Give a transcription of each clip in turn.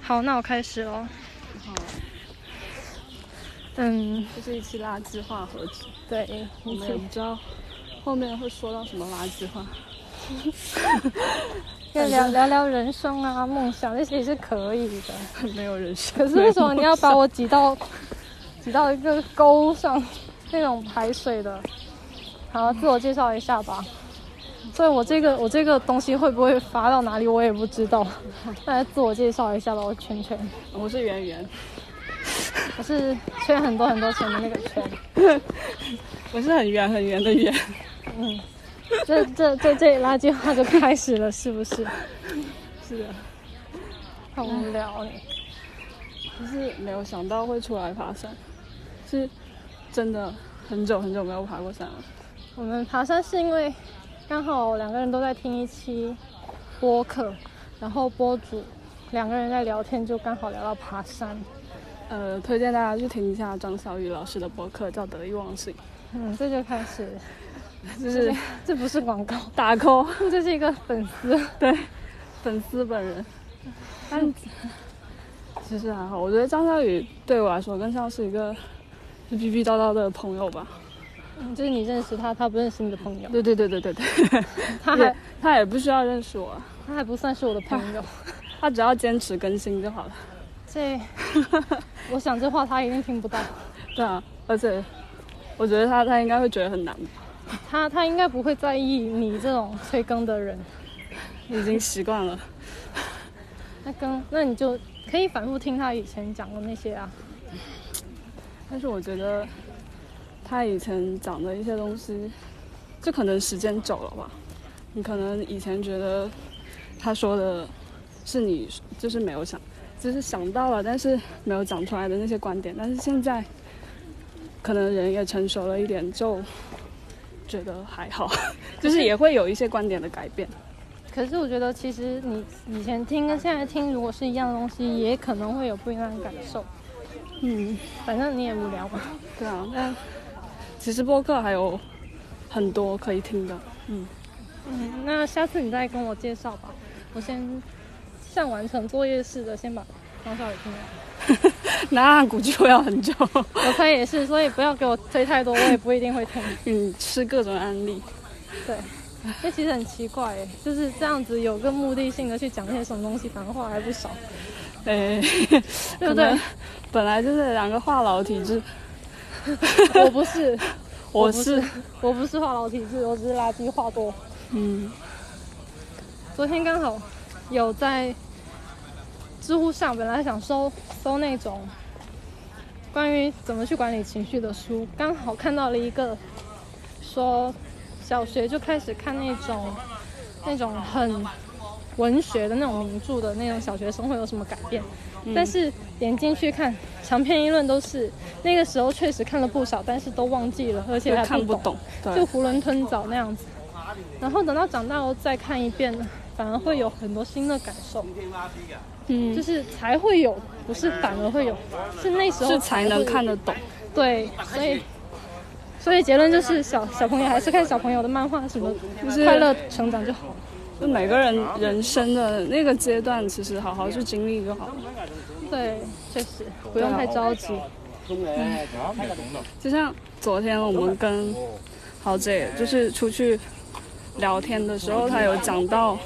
好，那我开始哦喽。好，嗯，这是一期垃圾话合集，对，我一们也起不知道后面会说到什么垃圾话。要聊聊聊人生啊、梦想这些是可以 的。没有人生，可是为什么你要把我挤到挤到一个沟上那种排水的？好，自我介绍一下吧。所以我这个我这个东西会不会发到哪里，我也不知 道。那来自我介绍一下吧，我圈圈，我是圆圆，我是圈很多很多钱的那个圈。我是很圆很圆的圆。嗯，这这这这垃圾话就开始了，是不是？是的，好无聊呢。就是没有想到会出来爬山，是真的很久很久没有爬过山了。我们爬山是因为刚好两个人都在听一期播客，然后播主两个人在聊天，就刚好聊到爬山。呃，推荐大家去听一下张小雨老师的博客，叫《得意忘形嗯，这就开始，》，就是这不是广告， 打 call 这是一个粉丝。对粉丝本人。但其实还好，我觉得张小雨对我来说更像是一个就逼逼叨叨的朋友吧。嗯就是你认识他，他不认识你的朋友，对对对对对对，他也还他也不需要认识我，他还不算是我的朋友。他只要坚持更新就好了。这，我想这话他一定听不到，对啊，而且我觉得他他应该会觉得很难吧，他他应该不会在意你这种催更的人。已经习惯了。那跟那你就可以反复听他以前讲的那些啊。但是我觉得他以前讲的一些东西，就可能时间久了吧，你可能以前觉得他说的是你就是没有想，就是想到了，但是没有讲出来的那些观点，但是现在可能人也成熟了一点，就觉得还好， 就是也会有一些观点的改变。可是我觉得，其实你以前听跟现在听，如果是一样的东西，也可能会有不一样的感受。嗯，反正你也无聊嘛。对啊，但其实播客还有很多可以听的。嗯，那下次你再跟我介绍吧。我先像完成作业似的，先把黄小雨听完。那估计会要很久。我猜也是，所以不要给我推太多，我也不一定会听。嗯，吃各种案例，对，这其实很奇怪耶，就是这样子有个目的性的去讲一些什么东西，反而话还不少， 哎，对不对？？本来就是两个话痨体质，我不是，不我是，我不是话痨体质，我只是垃圾话多。嗯，昨天刚好有在知乎上，本来想搜搜那种关于怎么去管理情绪的书，刚好看到了一个说小学就开始看那种那种很文学的那种名著的那种小学生会有什么改变，但是点进去看长篇议论都是那个时候确实看了不少，但是都忘记了，而且就还看不不懂懂，对就，囫囵吞枣那样子。然后等到长大后再看一遍，反而会有很多新的感受，嗯，就是才会有，不是反而会有，是那时候是才能会看得懂，对，所以。所以结论就是小小朋友还是看小朋友的漫画什么，就是快乐成长就好了。就每个人人生的那个阶段，其实好好去经历就好了。对，确实不用太着急。就像昨天我们跟豪姐就是出去聊天的时候，她有讲到，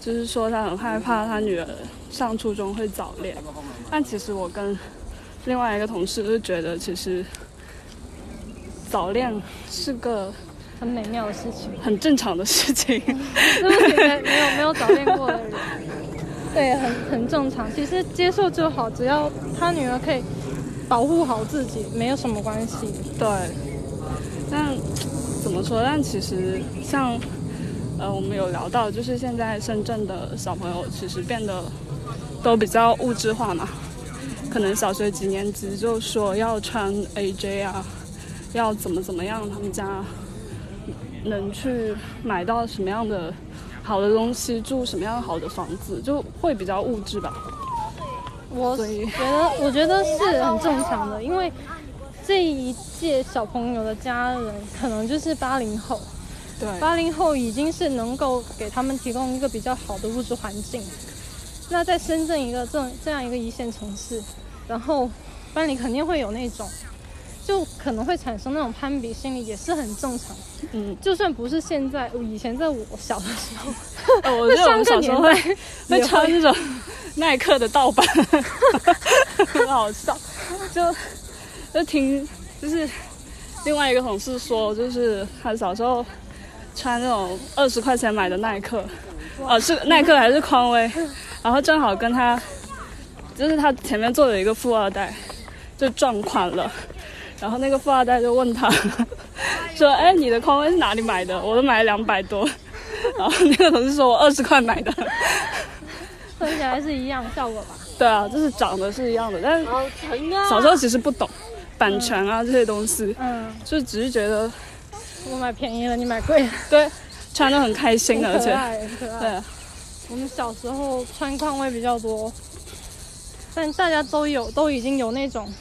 就是说她很害怕她女儿上初中会早恋，但其实我跟另外一个同事就觉得，其实早恋是个很美妙的事情。很正常的事情。 对不起，没没有没有早恋过的人， 对，很很正常。其实接受就好，只要他女儿可以保护好自己，没有什么关系。对，但怎么说？但其实像呃，我们有聊到，就是现在深圳的小朋友其实变得都比较物质化嘛，可能小学几年级就说要穿 AJ 啊，要怎么怎么样，他们家能去买到什么样的好的东西，住什么样好的房子，就会比较物质吧。我所以觉得我觉得是很正常的，因为这一届小朋友的家人可能就是八零后，对，八零后已经是能够给他们提供一个比较好的物质环境，那在深圳一个这种这样一个一线城市，然后班里肯定会有那种，就可能会产生那种攀比心理，也是很正常。嗯，就算不是现在，哦我以前在我小的时候，呃我觉得我上们个小时年候会代 会也穿那种 耐克的 盗版，很好笑。就就听就是另外一个同事说，就是他小时候穿那种二十块钱买的耐克，哦是耐克还是匡威，然后正好跟他就是他前面坐了一个富二代，就撞款了。然后那个富二代就问他，说：“哎，你的匡威是哪里买的？我都买了两百多。”然后那个同事说：“我二十块买的。”算起来是一样效果吧。对啊，就是长得是一样的，但是好疼啊小时候其实不懂版权啊这些东西，嗯，就只是觉得我买便宜了，你买贵了，对穿的很开心，而很可且爱，很可爱。对我们小时候穿匡威比较多，但大家都有都已经有那种，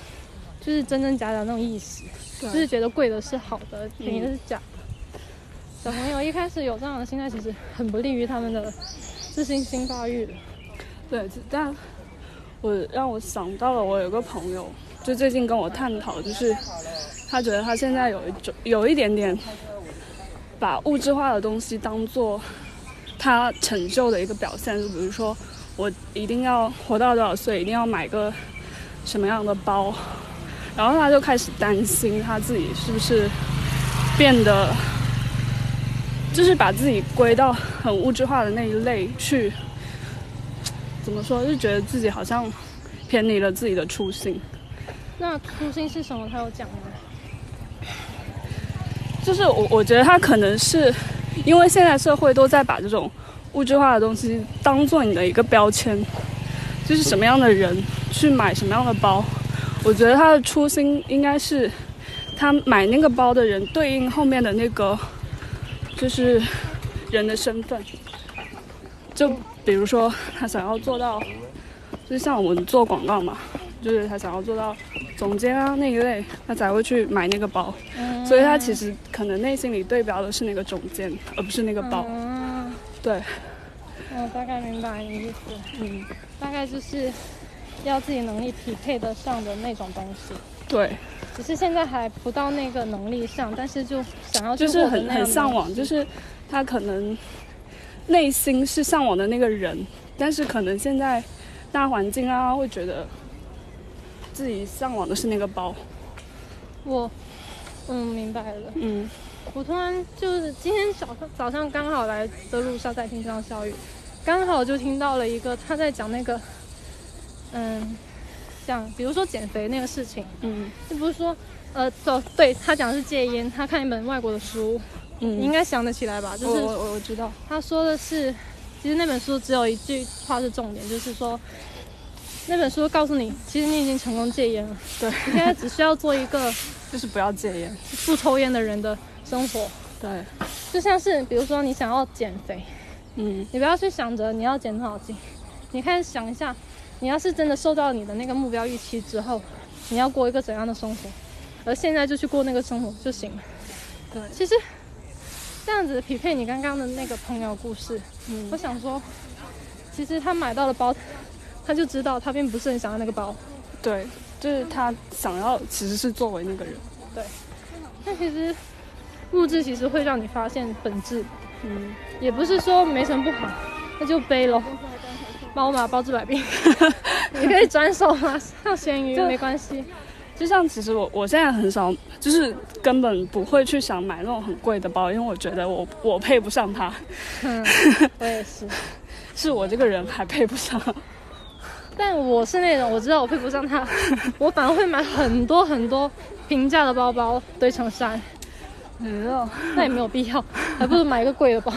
就是真真假假那种意识，对就是觉得贵的是好的，便宜的嗯是假的。小朋友一开始有这样的心态，其实很不利于他们的自信心发育的。对，但我让我想到了我有个朋友，就最近跟我探讨，就是他觉得他现在有一种有一点点把物质化的东西当做他成就的一个表现，就比如说我一定要活到多少岁，一定要买个什么样的包，然后他就开始担心他自己是不是变得。就是把自己归到很物质化的那一类去，怎么说，就觉得自己好像偏离了自己的初心。那初心是什么？他有讲吗？就是我我觉得他可能是因为现在社会都在把这种物质化的东西当做你的一个标签，就是什么样的人去买什么样的包。我觉得他的初心应该是他买那个包的人对应后面的那个就是人的身份，就比如说他想要做到，就是像我们做广告嘛，就是他想要做到总监啊那一类，他才会去买那个包。嗯所以他其实可能内心里对标的是那个总监，而不是那个包。嗯，对，我大概明白你的意思。嗯，大概就是要自己能力匹配得上的那种东西。对，只是现在还不到那个能力上，但是就想要去就是获得很那样很的向往，就是他可能内心是向往的那个人，但是可能现在大环境啊，会觉得自己向往的是那个包。我，嗯，明白了。嗯我突然就是今天早上早上刚好来的路上在听这样小雨，刚好就听到了一个他在讲那个，嗯，讲比如说减肥那个事情，嗯就不是说，呃，走，对他讲的是戒烟，他看一本外国的书，你应嗯，该想得起来吧？就我是我我我知道。他说的是，其实那本书只有一句话是重点，就是说，那本书告诉你，其实你已经成功戒烟了，对，你现在只需要做一个就是不要戒烟。不抽烟的人的生活，对，就像是比如说你想要减肥，嗯你不要去想着你要减多少斤，你开始想一下，你要是真的受到你的那个目标预期之后，你要过一个怎样的生活，而现在就去过那个生活就行了。对其实这样子匹配你刚刚的那个朋友故事，嗯我想说，其实他买到了包，他就知道他并不是很想要那个包，对，就是他想要其实是作为那个人。但其实物质其实会让你发现本质，嗯，也不是说没什么不好，那就背咯。包嘛，包治百病， 你可以转手嘛，上咸鱼就没关系。就像其实我我现在很少，就是根本不会去想买那种很贵的包，因为我觉得我我配不上它，嗯，我也是，是我这个人还配不上。但我是那种我知道我配不上他， 我反而会买很多很多平价的包包堆成山，你知道，那也没有必要，还不如买一个贵的包。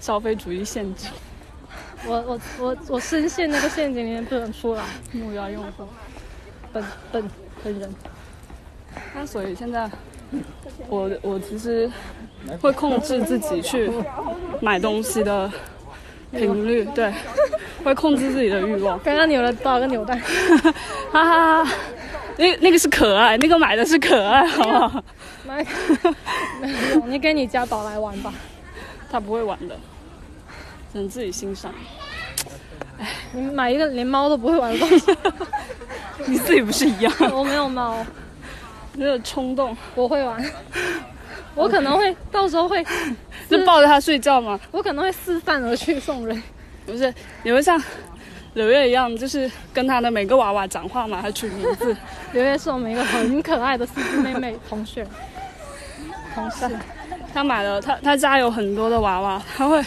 消费主义陷阱，我我我我深陷那个陷阱里面不能出来，目标用户。本本本人。那所以现在我我其实会控制自己去买东西的频率，对，会控制自己的欲望。刚刚扭了多少个扭蛋？哈哈哈，那那个是可爱，那个买的是可爱，好不好？买个没有用， 你给你家宝来玩吧。他不会玩的，只能自己欣赏。你买一个连猫都不会玩的东西， 你自己不是一样， 我没有猫，没有冲动，我会玩。我可能会到时候会， 就抱着它睡觉嘛。我可能会四散而去送人。不是，你会像柳月一样，就是跟他的每个娃娃讲话嘛，还取名 字。刘烨是我们一个很可爱的四字妹妹同 学，同事。他买了，他他家有很多的娃娃，他会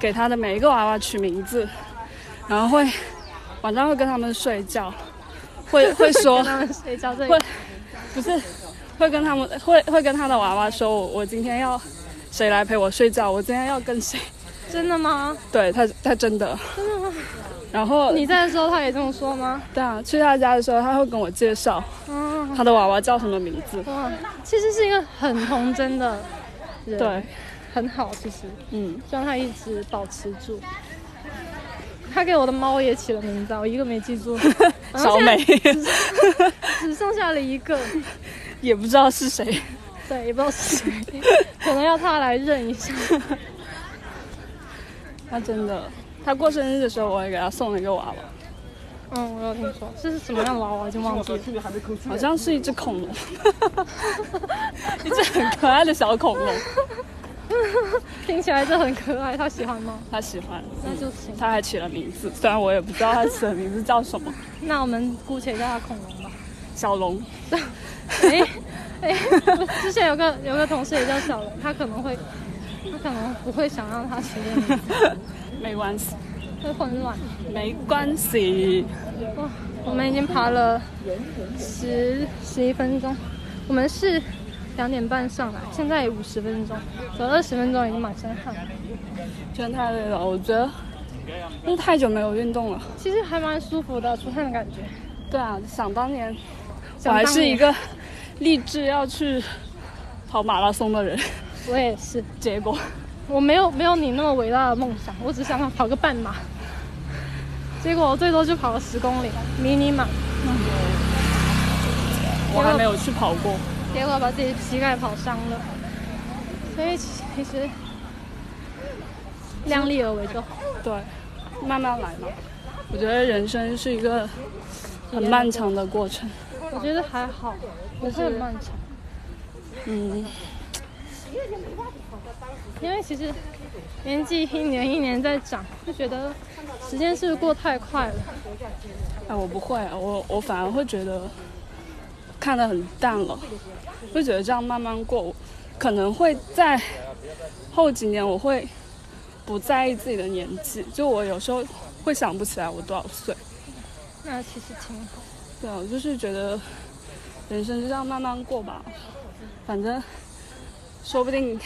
给他的每一个娃娃取名字，然后会晚上会跟他们睡觉， 会会说跟他们睡觉这里会不是，会跟他们会会跟他的娃娃说，我我今天要谁来陪我睡觉，我今天要跟谁。真的吗？对他他真 的真的吗？然后你在的时候他也这么说吗？对啊，去他家的时候，他会跟我介绍嗯，他的娃娃叫什么名字。哇，其实是一个很童真的人，，对，很好，其实嗯，希望他一直保持住。他给我的猫也起了名字啊，我一个没记住，然后小现在美 只剩下了一个，也不知道是谁。对，也不知道是谁，可能要他来认一下。他真的，他过生日的时候，我也给他送了一个娃娃，嗯，我有听说，这是什么样的娃娃就忘记了。好像是一只恐 龙，一只很可爱的小恐龙。听起来就很可爱，他喜欢吗？他喜欢，那就行。他还起了名字，虽然我也不知道他起的名字叫什么，那我们姑且叫他恐龙吧。小龙。哎哎，之前有个有个同事也叫小龙，他可能会，他可能不会想让他随便名字，没关系，会混乱。没关系。哇，我们已经爬了十十一分钟，我们是两点半上来，现在五十分钟，走二十分钟已经满身汗了，真的太累了，我觉得，因为太久没有运动了。其实还蛮舒服的，出汗的感觉。对啊，想当年我想还当是年一，个立志要去跑马拉松的人，我也是，结果我没有没有你那么伟大的梦想，我只想要跑个半马，结果我最多就跑了十公里，迷你马，我还没有去跑过。结果把自己膝盖跑伤了。所以其实量力而为就好。对，慢慢来嘛。我觉得人生是一个很漫长的过程。我觉得还好，不会很漫长，嗯，因为其实年纪一年一年在长，就觉得时间是不是过太快了？哎，我不会啊，我我反而会觉得看得很淡了，会觉得这样慢慢过，我可能会在后几年我会不在意自己的年纪，就我有时候会想不起来我多少岁。那其实挺好。对啊，我就是觉得人生就这样慢慢过吧，反正说不定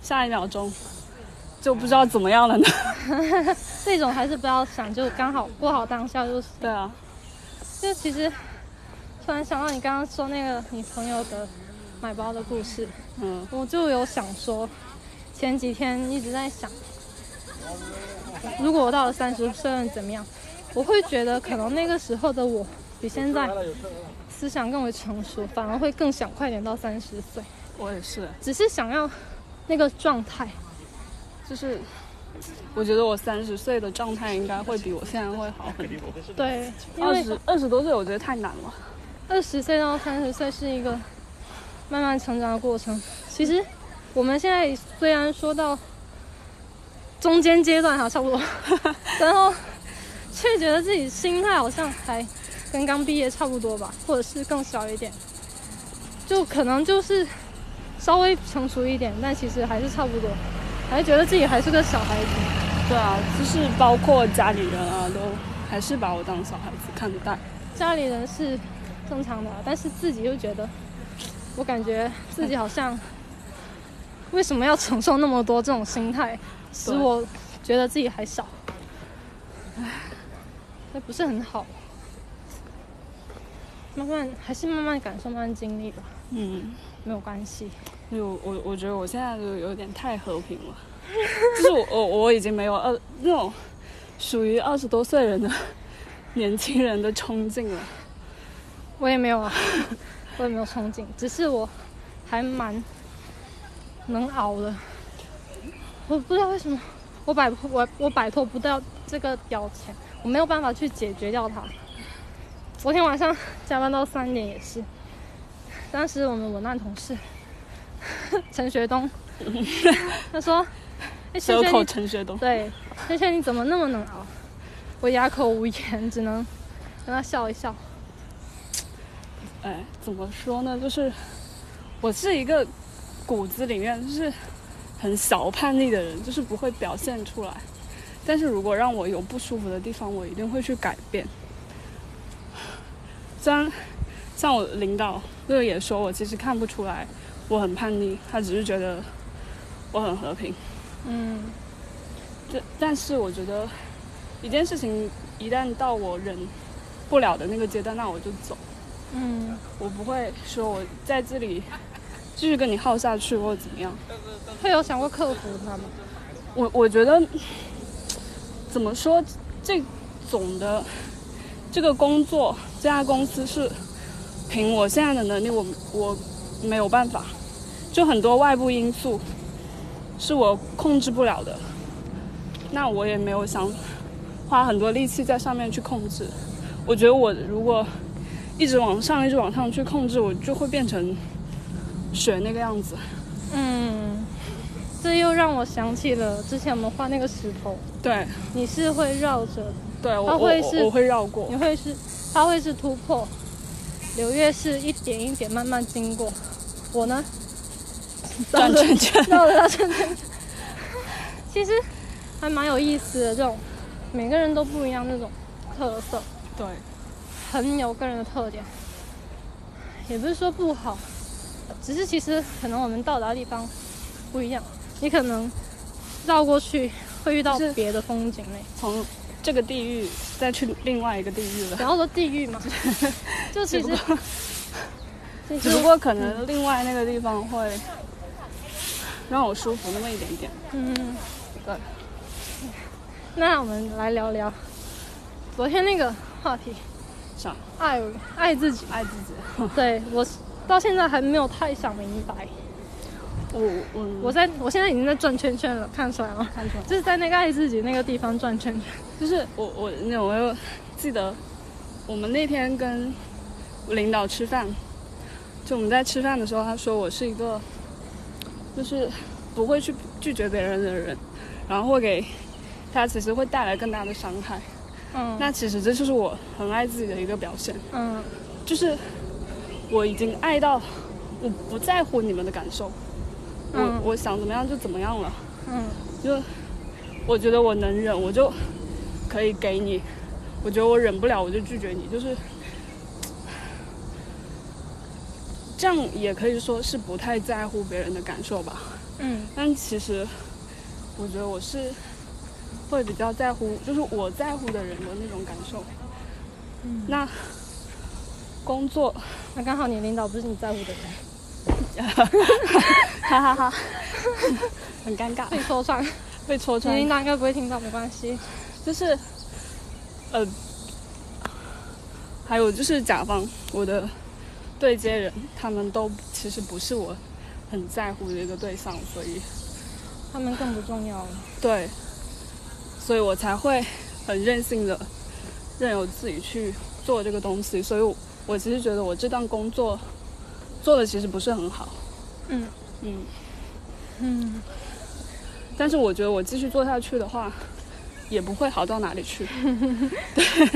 下一秒钟就不知道怎么样了呢。 这种还是不要想，就刚好过好当下就是。对啊，就其实突然想到你刚刚说那个你朋友的买包的故事，嗯，我就有想说，前几天一直在想，如果我到了三十岁了怎么样？我会觉得可能那个时候的我比现在思想更为成熟，反而会更想快点到三十岁，我也是，只是想要那个状态。就是我觉得我三十岁的状态应该会比我现在会好很多。对，因二为十二十多岁我觉得太难了，二十岁到三十岁是一个慢慢成长的过程。其实我们现在虽然说到中间阶段哈，差不多，然后却觉得自己心态好像还跟刚毕业差不多吧，或者是更小一点，就可能就是稍微成熟一点，但其实还是差不多，还是觉得自己还是个小孩子。对啊，就是包括家里人啊，都还是把我当小孩子看待。家里人是正常的，但是自己又觉得，我感觉自己好像为什么要承受那么多这种心态，使对我觉得自己还小，唉，这不是很好。慢慢还是慢慢感受，慢慢经历吧，嗯，没有关系。因为我我我觉得我现在就有点太和平了，就是我我我已经没有二那种属于二十多岁人的年轻人的冲劲了。我也没有啊， 我也没有憧憬，只是我还蛮能熬的。我不知道为什么，我摆我我摆脱不掉这个标签，我没有办法去解决掉它。昨天晚上加班到三点也是，当时我们文案同事 陈学东，他说：“哎，萱蛇萱口你陈学冬，对，萱萱你怎么那么能熬？”我哑口无言，只能跟他笑一笑。哎，怎么说呢？就是我是一个骨子里面就是很小叛逆的人，就是不会表现出来。但是如果让我有不舒服的地方，我一定会去改变。虽然像我领导乐也说我其实看不出来我很叛逆，他只是觉得我很和平。嗯，但但是我觉得一件事情一旦到我忍不了的那个阶段，那我就走。嗯，我不会说我在这里继续跟你耗下去或者怎么样。会有想过克服它吗？我我觉得怎么说，这种的这个工作，这家公司是凭我现在的能力，我我没有办法，就很多外部因素是我控制不了的。那我也没有想花很多力气在上面去控制。我觉得我如果一直往上，一直往上去控制，我就会变成雪那个样子。嗯，这又让我想起了之前我们画那个石头，对，你是会绕着，对我它会我是我我会绕过你。会是，它会是突破。柳叶是一点一点慢慢经过，我 呢，转圈圈。绕着它转转转，其实还蛮有意思的。这种每个人都不一样，那种特色对，很有个人的特点，也不是说不好，只是其实可能我们到达的地方不一样，你可能绕过去会遇到就是别的风景嘞。从这个地狱再去另外一个地狱 了不。要说地狱嘛，就其实只不过， 其只实不过可能另外那个地方会让我舒服那么一点点。嗯，对，那我们来聊聊昨天那个话题，是啊，爱爱自己。爱自己。对我是到现在还没有太想明白，我嗯我我在我现在已经在转圈圈了，看出来吗？看出来，就是在那个爱自己那个地方转圈圈。就是我我那我又记得我们那天跟领导吃饭，就我们在吃饭的时候，他说我是一个就是不会去拒绝别人的人，然后会给他其实会带来更大的伤害。嗯，那其实这就是我很爱自己的一个表现，嗯就是我已经爱到我不在乎你们的感受，我、嗯我想怎么样就怎么样了，嗯就我觉得我能忍，我就可以给你；我觉得我忍不了，我就拒绝你，就是这样也可以说是不太在乎别人的感受吧。嗯但其实我觉得我是会比较在乎，就是我在乎的人的那种感受。嗯那工作，那刚好你领导不是你在乎 的人，哈哈哈， 很尴尬，被戳 穿。被戳你穿领。导应该不会听到，没关系。就是，呃，还有就是甲方，我的对接人，他们都其实不是我很在乎的一个对象，所以他们更不重要了。对，所以我才会很任性的任由自己去做这个东西。所以我，我其实觉得我这段工作做的其实不是很好，嗯嗯，嗯，但是我觉得我继续做下去的话，也不会好到哪里去。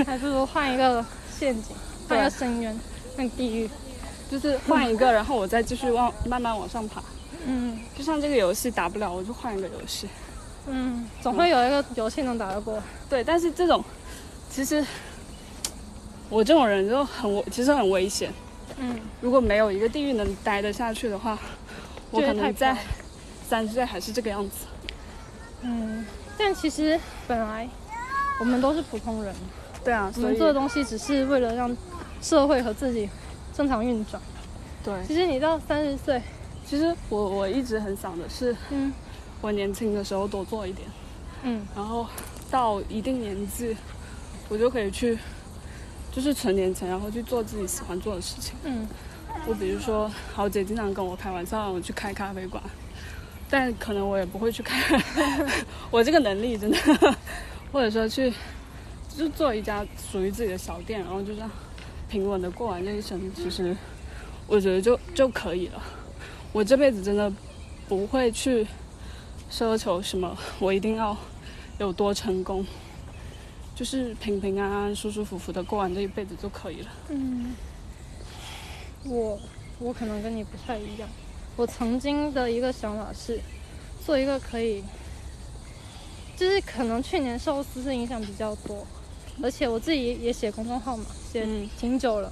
还不如换一个陷阱，换一个深渊，换地狱。就是换一个，然后我再继续往慢慢往上爬。嗯就像这个游戏打不了，我就换一个游戏。嗯，总会有一个游戏能打得过。对，但是这种其实我这种人就很危，其实很危险。嗯，如果没有一个地狱能待得下去的话，我就可是太能在飘了三十岁还是这个样子。嗯，但其实本来我们都是普通人，对啊，我所们以做的东西只是为了让社会和自己正常运转。对，其实你到三十岁，其实我我一直很想的是，嗯我年轻的时候多做一点，嗯然后到一定年纪，我就可以去，就是存点钱，然后去做自己喜欢做的事情。嗯我比如说，豪姐经常跟我开玩笑让我去开咖啡馆，但可 能我也不会去开，我这个能力真的，或者说去就做一家属于自己的小店，然后就这样平稳的过完这一生，其实我觉得就就可以了。我这辈子真的不会去奢求什么，我一定要有多成功，就是平平安安、舒舒服服的过完这一辈子就可以了。嗯，我我可能跟你不太一样，我曾经的一个想法是，做一个可以，就是可能去年受私事影响比较多，而且我自己也写公众号嘛，写嗯挺久了，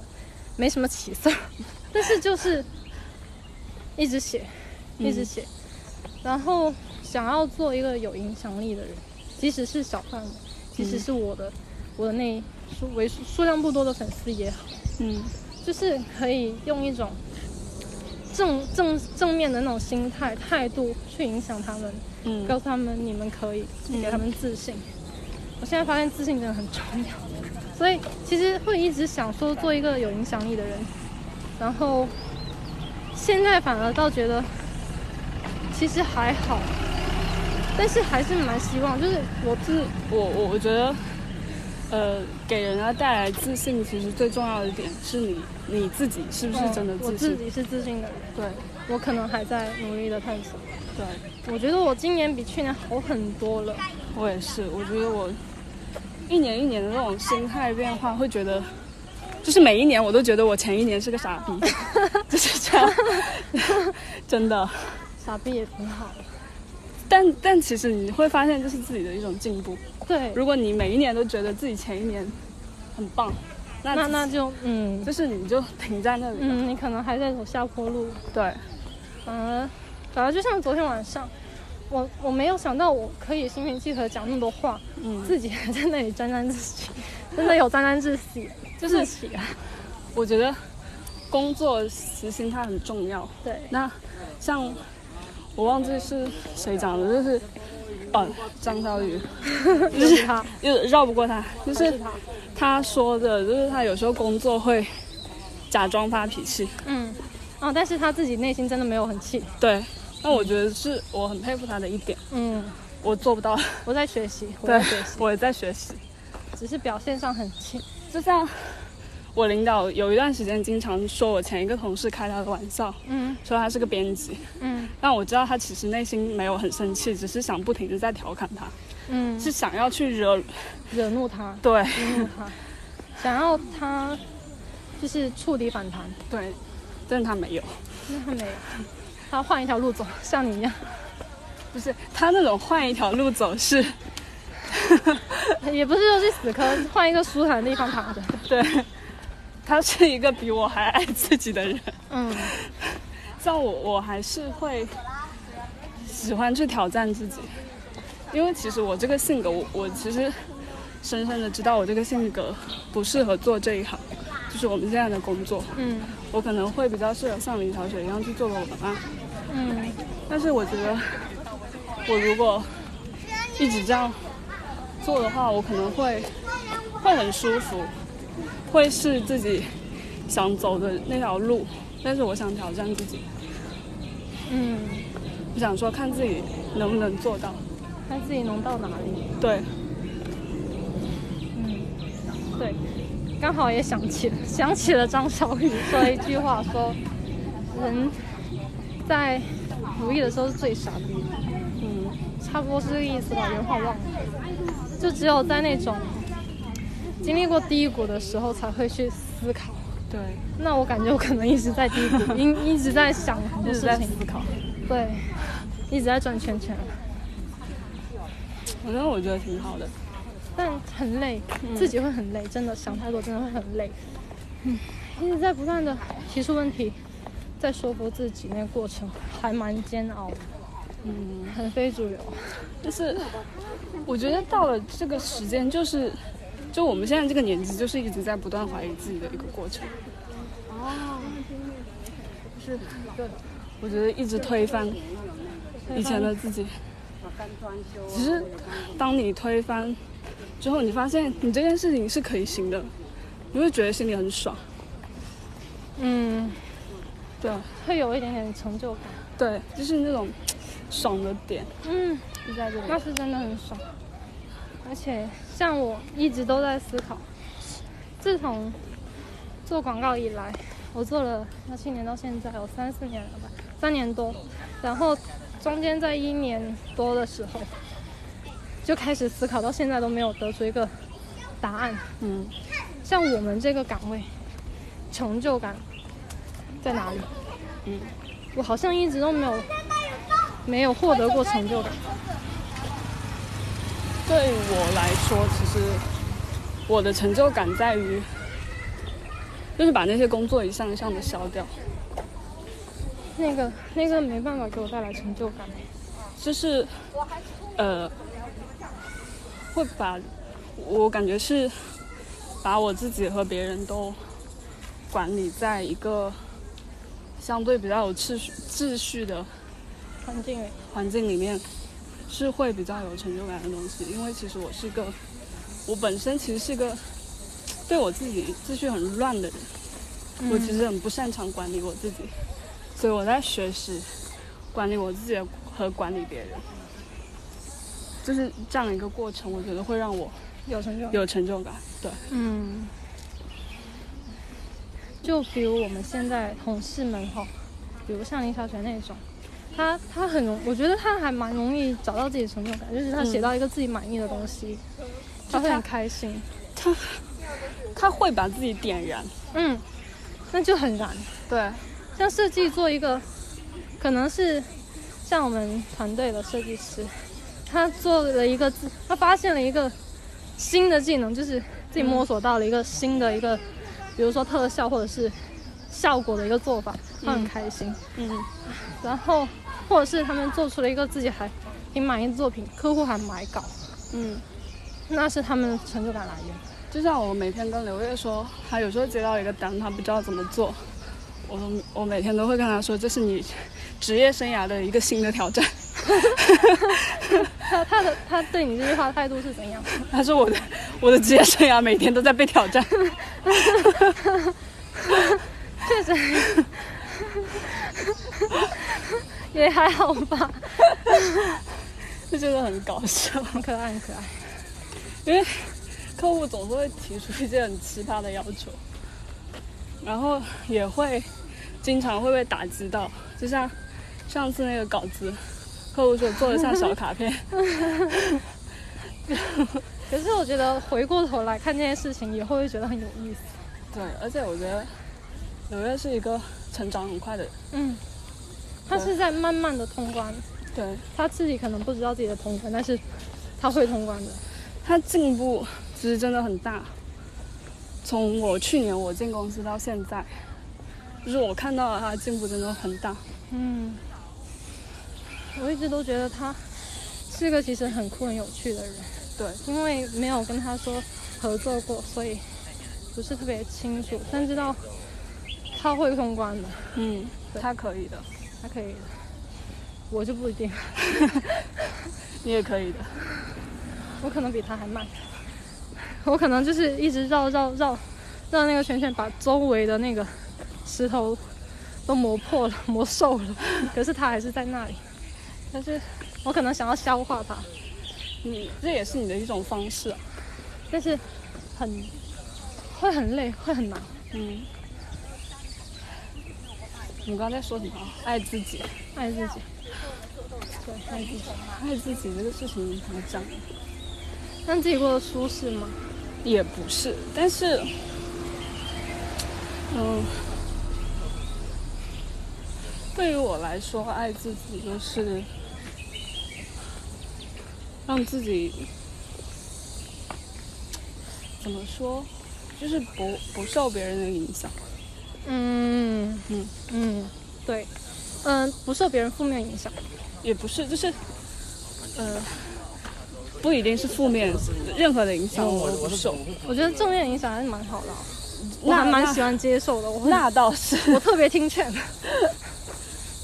没什么起色， 但是就是一直写，一直嗯写，然后想要做一个有影响力的人，即使是小范围，即使嗯是我的、我的那数为数数量不多的粉丝也好。嗯就是可以用一种正正正面的那种心态态度去影响他们，嗯告诉他们你们可以，嗯给他们自信。我现在发现自信真的很重要，所以其实会一直想说做一个有影响力的人，然后现在反而倒觉得其实还好，但是还是蛮希望，就是我自我我我觉得，呃，给人家带来自信，其实最重要的一点是你你自己是不是真的嗯我自信自？己是自信的人，对我可能还在努力的探索。对，我觉得我今年比去年好很多了。我也是，我觉得我一年一年的这种心态变化，会觉得，就是每一年我都觉得我前一年是个傻 逼，就是这样， 真的。傻逼也挺好的，但但其实你会发现，这是自己的一种进步。对，如果你每一年都觉得自己前一年很棒，那那那就嗯就是你就停在那里了。嗯，你可能还在走下坡路，对，反而反而就像昨天晚上，我我没有想到我可以心平气和讲那么多话，嗯，自己还在那里沾沾自喜， 真的有沾沾自喜，就是自喜啊，我觉得工作其实心态很重要。对，那像我忘记是谁讲的，就是呃张小 雨，就是他，又绕不过他，就就是是他，他说的，就是他有时候工作会假装发脾气。嗯，啊，但是他自己内心真的没有很气，对，那我觉得是我很佩服他的一点，嗯，我做不到。 我在学习，我对在学习，，我也在学习。只是表现上很气，就像我领导有一段时间经常说我前一个同事开他的玩笑，嗯说他是个编辑，嗯但我知道他其实内心没有很生气，只是想不停的在调侃他。嗯，是想要去惹惹怒他，对激怒他， 想要他就是触底反弹，对，但是他没有，那他没有，他换一条路走， 像你一样，不是他那种换一条路走是， 也不是说去死磕，换一个舒坦的地方躺着。对，他是一个比我还爱自己的人，嗯像我我还是会喜欢去挑战自己，因为其实我这个性格，我我其实深深的知道我这个性格不适合做这一行，就是我们现在的工作，嗯我可能会比较适合像林小雪一样去做个文案，嗯但是我觉得，我如果一直这样做的话，我可能会会很舒服，会是自己想走的那条路。但是我想挑战自己，嗯，我想说看自己能不能做到。看自己能到哪里。对，嗯，对，刚好也想起了想起了张小雨说一句话说，人在不易的时候是最傻逼的。嗯，差不多是这个意思吧，原话忘了。就只有在那种经历过低谷的时候，才会去思考。对，那我感觉我可能一直在低 谷，一一直在想很多一直事在情，思考。对，一直在转圈圈，反正我觉得挺好的。但很累，嗯自己会很累，真的想太多真的会很累。嗯，一直在不断的提出问题，在说服自己，那个过程还蛮煎熬的，嗯，很非主流。但是我觉得到了这个时间，就是就我们现在这个年纪，就是一直在不断怀疑自己的一个过程。是，对，我觉得一直推翻以前的自己。其实，当你推翻之后，你发现你这件事情是可以行的，你会觉得心里很爽。嗯，对会有一点点成就感。对，就是那种爽的点嗯。就在这里那。是真的很爽。而且像我一直都在思考，自从做广告以来，我做了那去年到现在有三四年了吧，三年多，然后中间在一年多的时候就开始思考，到现在都没有得出一个答案。嗯，像我们这个岗位，成就感在哪里？嗯，我好像一直都没有没有获得过成就感。对我来说，其实我的成就感在于，就是把那些工作一项一项的消掉，那个那个没办法给我带来成就感，就是呃，会把我感觉是把我自己和别人都管理在一个相对比较有秩序秩序的环境诶环境里面是会比较有成就感的东西，因为其实我是个，我本身其实是个对我自己秩序很乱的人，嗯我其实很不擅长管理我自己， 所以我在学习管理我自己和管理别人，就是这样一个过程，我觉得会让我有成就感。有成就感。对，嗯，就比如我们现在同事们哈，比如像林小雪那种，她她很容，我觉得她还蛮容易找到自己的成就感，就是她写到一个自己满意的东西，她会很开心，他会把自己点燃。嗯，那就很燃。对，像设计做一个，可能是像我们团队的设计师，他做了一个自，他发现了一个新的技能，就是自己摸索到了一个新的一个，比如说特效或者是效果的一个做法，他很开心。嗯然后或者是他们做出了一个自己还挺满意的作品，客户还买稿，嗯。那是他们的成就感来源。就像我每天跟刘月说，他有时候接到一个单，他不知道怎么做，我都我每天都会跟他说，这是你职业生涯的一个新的挑战。 他他的他对你这句话态度是怎样？他说我的我的职业生涯每天都在被挑战。 确实 也还好吧，就觉得很搞笑， 很可爱，很可爱。因为客户总是会提出一些很奇葩的要求，然后也会经常会被打击到，就像上次那个稿子，客户说做的像小卡片，可是我觉得回过头来看这件事情，也会觉得很有意思。 对，而且我觉得刘月是一个成长很快的人，嗯，他是在慢慢的通关，对他自己可能不知道自己的通关，但是他会通关的。他进步其实真的很大。从我去年我进公司到现在，就是我看到了他的进步真的很大。嗯，我一直都觉得他是个其实很酷、很有趣的人，对，因为没有跟他说合作过，所以不是特别清楚，但知道他会通关的。嗯，对他可以的，他可以的，我就不一定，你也可以的。我可能比他还慢，我可能就是一直绕绕绕绕那个圈圈，把周围的那个石头都磨破了、 磨瘦了，可是他还是在那里，但是我可能想要消化它，你这也是你的一种方式、啊。但是很会很累，会很难嗯，你刚才说什么？爱自己，爱自己，对，爱自己，爱自己这个事情怎么讲？让自己过得舒适吗？也不是，但是，嗯，对于我来说，爱自己就是让自己怎么说，就是不不受别人的影响。嗯嗯嗯，对，嗯，不受别人负面影响。也不是，就是，呃，不一定是负面，任何的影响我都不受。我觉得正面影响还是蛮好的啊、我那还蛮喜欢接受的。我会那 倒是，我特别听劝，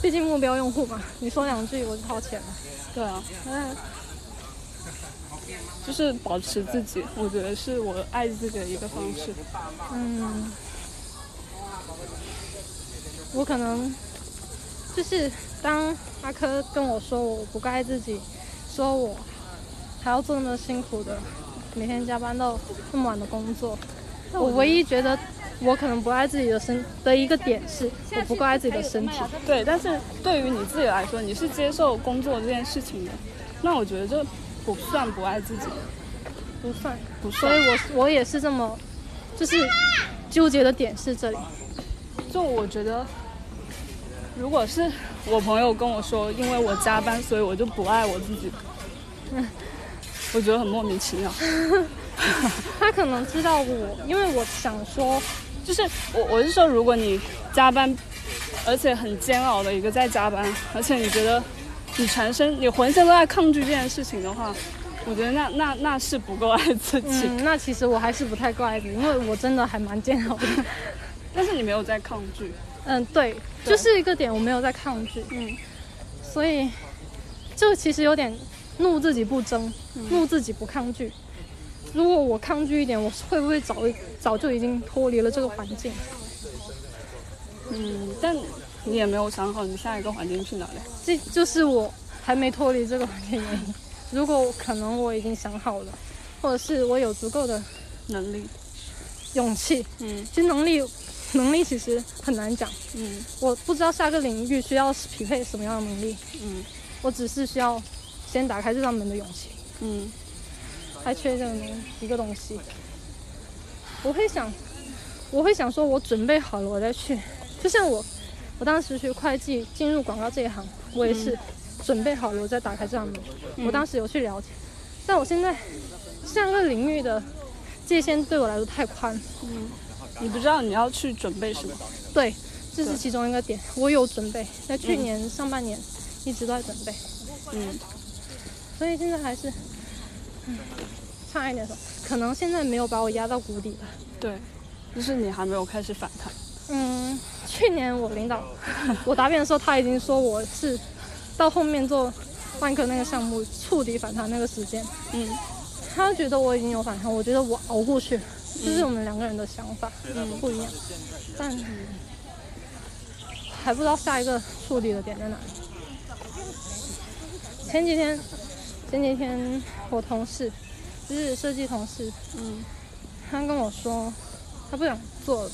毕竟目标用户嘛，你说两句我就掏钱了。对啊，嗯，就是保持自己，我觉得是我爱自己的一个方式。嗯，我可能就是当阿珂跟我说我不够爱自己，说我还要做那么辛苦的，每天加班到那么晚的工作。我唯一觉得我可能不爱自己的身的一个点是，我不够爱自己的身体。对，但是对于你自己来说，你是接受工作这件事情的，那我觉得这不算不爱自己，不算。不算所以。我我也是这么，就是纠结的点是这里。就我觉得，如果是我朋友跟我说，因为我加班，所以我就不爱我自己， 我觉得很莫名其妙。他可能知道我，因为我想说，就是我我是说，如果你加班，而且很煎熬的一个在加班，而且你觉得你全身你浑身都在抗拒这件事情的话，我觉得那那那是不够爱自己。嗯，那其实我还是不太够爱自己，因为我真的还蛮煎 熬的。但是你没有在抗拒，嗯，对，对就是一个点我没有在抗拒，嗯，所以就其实有点怒自己不争，嗯怒自己不抗拒。如果我抗拒一点，我会不会早一早就已经脱离了这个环境？嗯，但你也没有想好你下一个环境去哪里。这就是我还没脱离这个环境的原因。如果可能我已经想好了，或者是我有足够的能力，勇气，嗯其实能力能力其实很难讲，嗯我不知道下个领域需要匹配什么样的能力，嗯我只是需要先打开这扇门的勇气。嗯还缺这么一个东西。我会想，我会想说，我准备好了我再去。就像我，我当时学会计进入广告这一行，我也是准备好了我再打开这扇门。我当时有去了解，但我现在上个领域的界限对我来说太宽，嗯，你不知道你要去准备什么。对，这是对其中一个点。我有准备，在去年上半年一直都在准备，嗯所以现在还是，嗯，差一点说，可能现在没有把我压到谷底吧。对，就是你还没有开始反弹。嗯，去年我 领导我答辩的时候，他已经说我是到后面做万科那个项目触底反弹那个时间，嗯他觉得我已经有反弹，我觉得我熬过去了，这是我们两个嗯人的想法嗯不一样，但还不知道下一个触底的点在哪里。前几天，前几天我同事就是设计同事，嗯他跟我说他不想做了，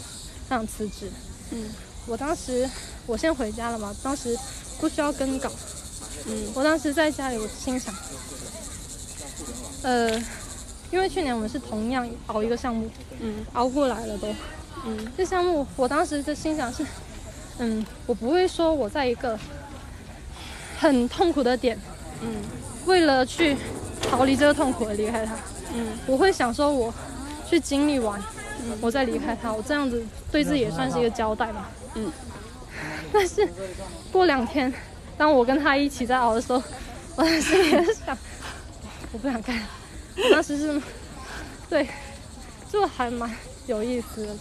他想辞职。嗯我当时我先回家了嘛，当时不需要跟稿。嗯我当时在家里，我心想，呃，因为去年我们是同样熬一个项目，嗯熬过来了都。嗯这项目我当时的心想是，嗯，我不会说我在一个很痛苦的点，嗯为了去逃离这个痛苦而离开它。嗯我会想说，我去经历完，我再离开他，我这样子对自己也算是一个交代嘛。嗯。但是过两天，当我跟他一起在熬的时候，我当时也是想，我不想干了。我当时是，对，就还蛮有意思的。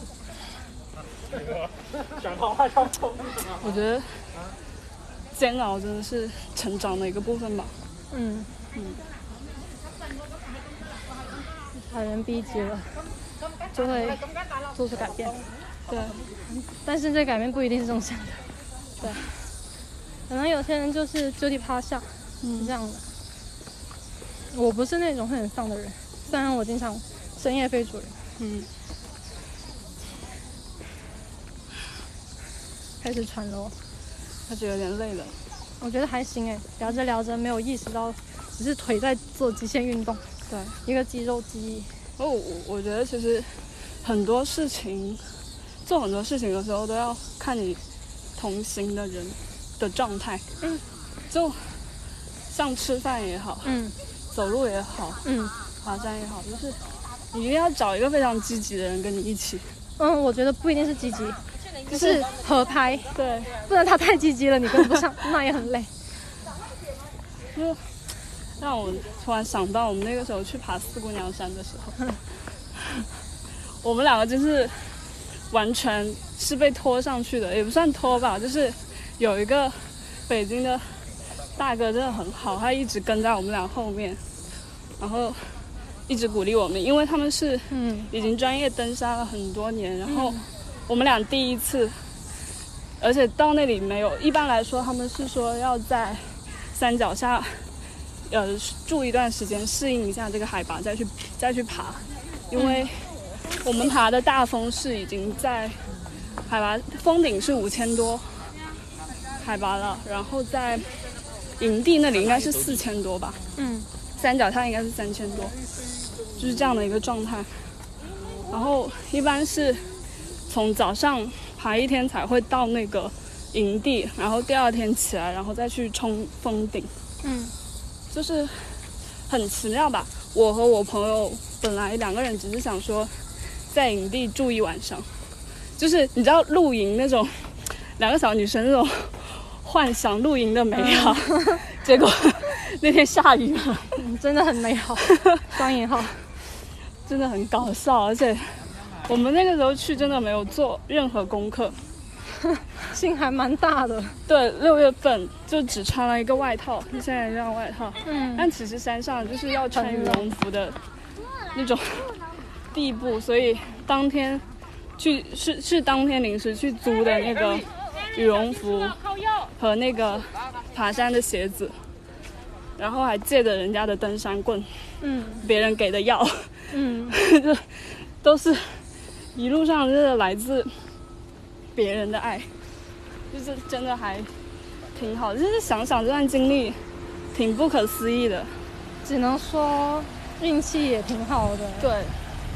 我觉得煎熬真的是成长的一个部分吧。嗯嗯嗯。把人逼急了，就会做出改变。对，但是这改变不一定是正向的，对，可能有些人就是就地趴下，是这样的。我不是那种会很丧的人，虽然我经常深夜非主流，嗯开始喘了哦。开始有点累了。我觉得还行哎，聊着聊着没有意识到，只是腿在做极限运动，对，一个肌肉记忆。我哦我我觉得其实很多事情，做很多事情的时候都要看你同行的人的状态。嗯，就像吃饭也好，嗯走路也好，嗯爬山也好，就是你一定要找一个非常积极的人跟你一起。嗯，我觉得不一定是积极，就是合拍，对，不然他太积极了，你跟不上，那也很累。让我突然想到我们那个时候去爬四姑娘山的时候， 我们两个就是完全是被拖上去的，也不算拖吧，就是有一个北京的大哥真的很好，他一直跟在我们俩后面，然后一直鼓励我们，因为他们是嗯已经专业登山了很多年，然后我们俩第一次，而且到那里没有，一般来说他们是说要在山脚下呃住一段时间，适应一下这个海拔，再去再去爬，因嗯为我们爬的大峰是已经在海拔峰顶是五千多海拔了，然后在营地那里应该是四千多吧，嗯，三角滩应该是三千多，就是这样的一个状态。然后一般是从早上爬一天才会到那个营地，然后第二天起来，然后再去冲峰顶，嗯就是很奇妙吧。我和我朋友本来两个人只是想说，在营地住一晚上，就是你知道露营那种，两个小女生那种幻想露营的美好，结果那天下雨了。嗯，真的很美好，双引号。真的很搞笑，而且我们那个时候去真的没有做任何功课。心还蛮大的。对，六月份就只穿了一个外套，现在这样外套，嗯，但其实山上就是要穿羽绒服的那种地步，所以当天去 是是当天临时去租的那个羽绒服和那个爬山的鞋子，然后还借着人家的登山棍，嗯别人给的药。嗯，就都是一路上真的来自别人的爱，就是真的还挺好。就是想想这段经历，挺不可思议的。只能说运气也挺好的。对，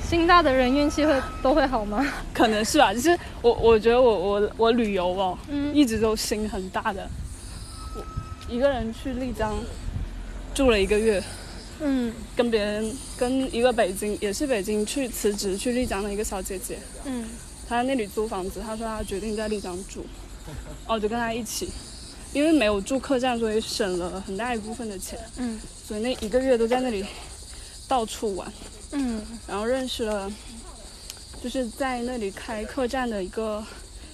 心大的人运气会都会好吗？可能是吧。就是我，我觉得我我我旅游哦，嗯一直都心很大的。我一个人去丽江住了一个月，嗯跟别人跟一个北京也是北京去辞职去丽江的一个小姐姐，嗯他在那里租房子，他说他决定在丽江住， 哦，就跟他一起，因为没有住客栈，所以省了很大一部分的钱，嗯所以那一个月都在那里到处玩，嗯然后认识了，就是在那里开客栈的一个，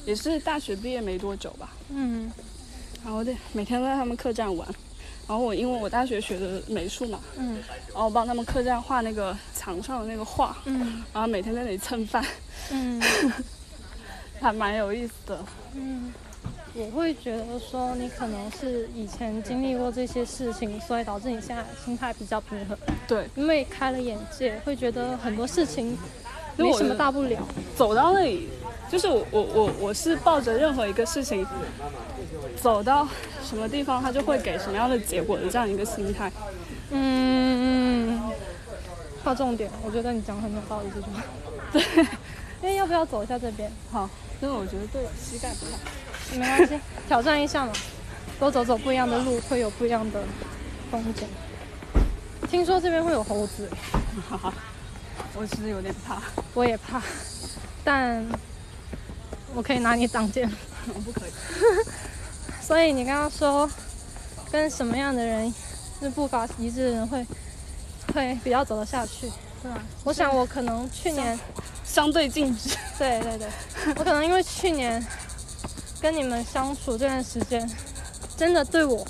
也是大学毕业没多久吧，嗯然后在每天都在他们客栈玩，然后我因为我大学学的美术嘛，嗯然后帮他们客栈画那个墙上的那个画，嗯然后每天在那里蹭饭， 嗯还蛮有意思的，嗯，我会觉得说你可能是以前经历过这些事情，所以导致你现在心态比较平衡，对。因为开了眼界，会觉得很多事情没什么大不了。走到那里，就是我我我我是抱着任何一个事情走到什么地方，它就会给什么样的结果的这样一个心态。嗯，嗯，划重点，我觉得你讲得很有道理 这句话。对，哎，要不要走一下这边？好，因为我觉得对膝盖不好。没关系，挑战一下嘛，多走走不一样的路，会有不一样的风景。听说这边会有猴子，哈哈，我其实有点怕，我也怕，但我可以拿你挡箭。不可以。所以你刚刚说，跟什么样的人，就步伐一致的人会会比较走得下去？对啊，我想我可能去年相对静止。对对对，我可能因为去年跟你们相处这段时间，真的对我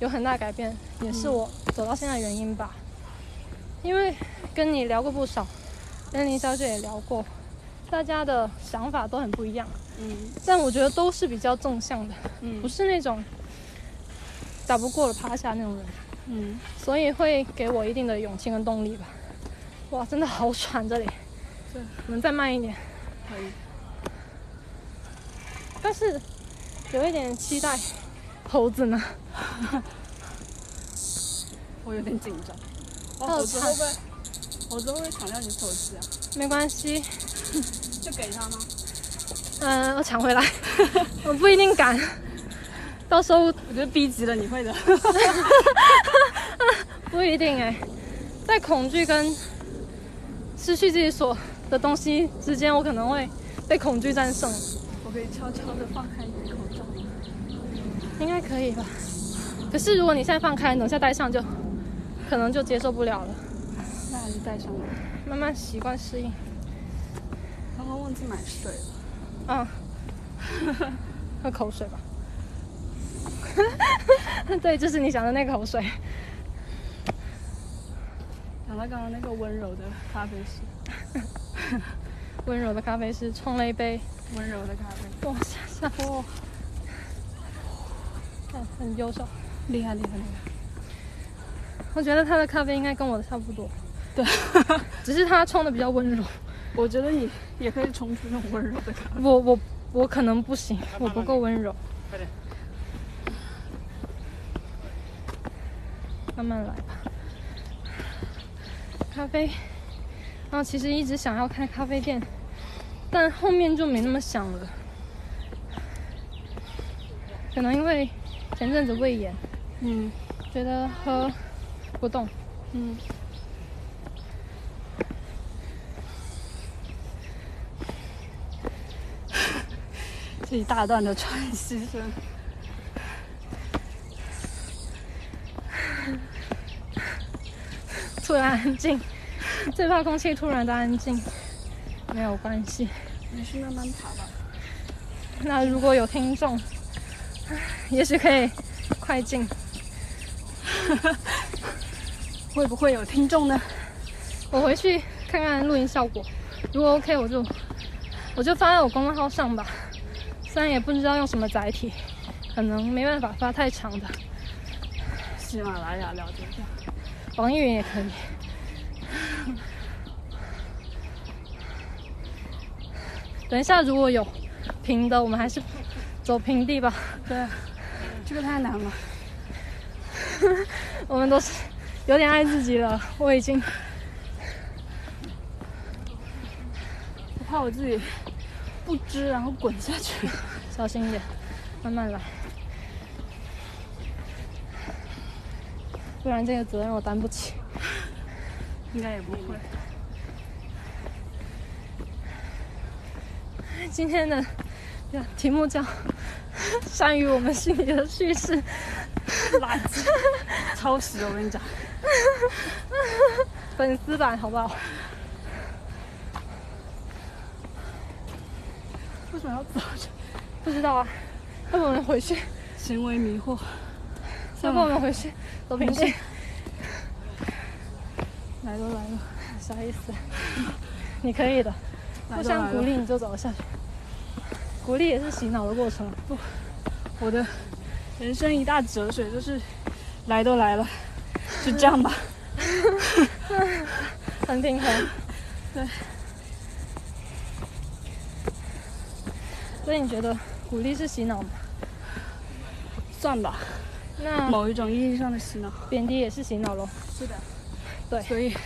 有很大改变，也是我走到现在的原因吧。因为跟你聊过不少，跟林小姐也聊过，大家的想法都很不一样，嗯但我觉得都是比较正向的，嗯不是那种打不过了趴下那种人，嗯，所以会给我一定的勇气跟动力吧。哇，真的好喘这里，对我们再慢一点。可以。但是有一点期待猴子呢。我有点紧张。好哇，猴子惨会不会？猴子会不会抢掉你手机啊？没关系，就给他吗？嗯、我抢回来， 我不一定敢。到时候我觉得逼急了你会的。不一定哎，在恐惧跟失去自己所的东西之间，我可能会被恐惧战胜， 我可以悄悄的放开你的口罩吗？应该可以吧？可是如果你现在放开，等下戴上就可能就接受不了了，那还是戴上吧。慢慢习惯适应。刚刚忘记买水了。嗯，喝口水吧。 对，就是你想的那个口水。想到刚刚那个温柔的咖啡师，温柔的咖啡师冲了一杯，温柔的咖啡，哇，下下哦，嗯，很优秀。厉害厉害厉害！我觉得他的咖啡应该跟我的差不多，对，只是他冲的比较温柔。我觉得你也可以冲出那种温柔的感我我我可能不行，我不够温柔。慢慢来吧。咖啡，然后其实一直想要开咖啡店，但后面就没那么想了。可能因为前阵子胃炎，嗯觉得喝不动，嗯，这一大段的喘息声。突然安静， 最怕空气突然的安静。没有关系。没事，慢慢爬吧。那如果有听众，也许可以快进。会不会有听众呢？我回去看看录音效果，如果 OK 我就我就发在我公众号上吧。虽然也不知道用什么载体，可能没办法发太长的，喜马拉雅聊天下。网易云也可以。等一下，如果有平的，我们还是走平地吧。对，这个太难了。我们都是有点爱自己了，我已经我怕我自己不知，然后滚下去。小心一点，慢慢来，不然这个责任我担不起。应该也不会。今天的题目叫“善于我们心里的叙事垃圾， 超时！我跟你讲，”粉丝版，好不好？为什么要走着？不知道啊，要不我们回去？行为迷惑。要不我嗯们回去走平地？来都来了，啥意思？你可以的，互互相相鼓鼓励。励你就走下去。鼓励也是洗脑的过程，啊我的人生一大哲学就是，来都来了，就这样吧。很平衡。对。所以你觉得鼓励是洗脑吗？算吧，那某一种意义上的洗脑。贬低也是洗脑咯。是的。对所以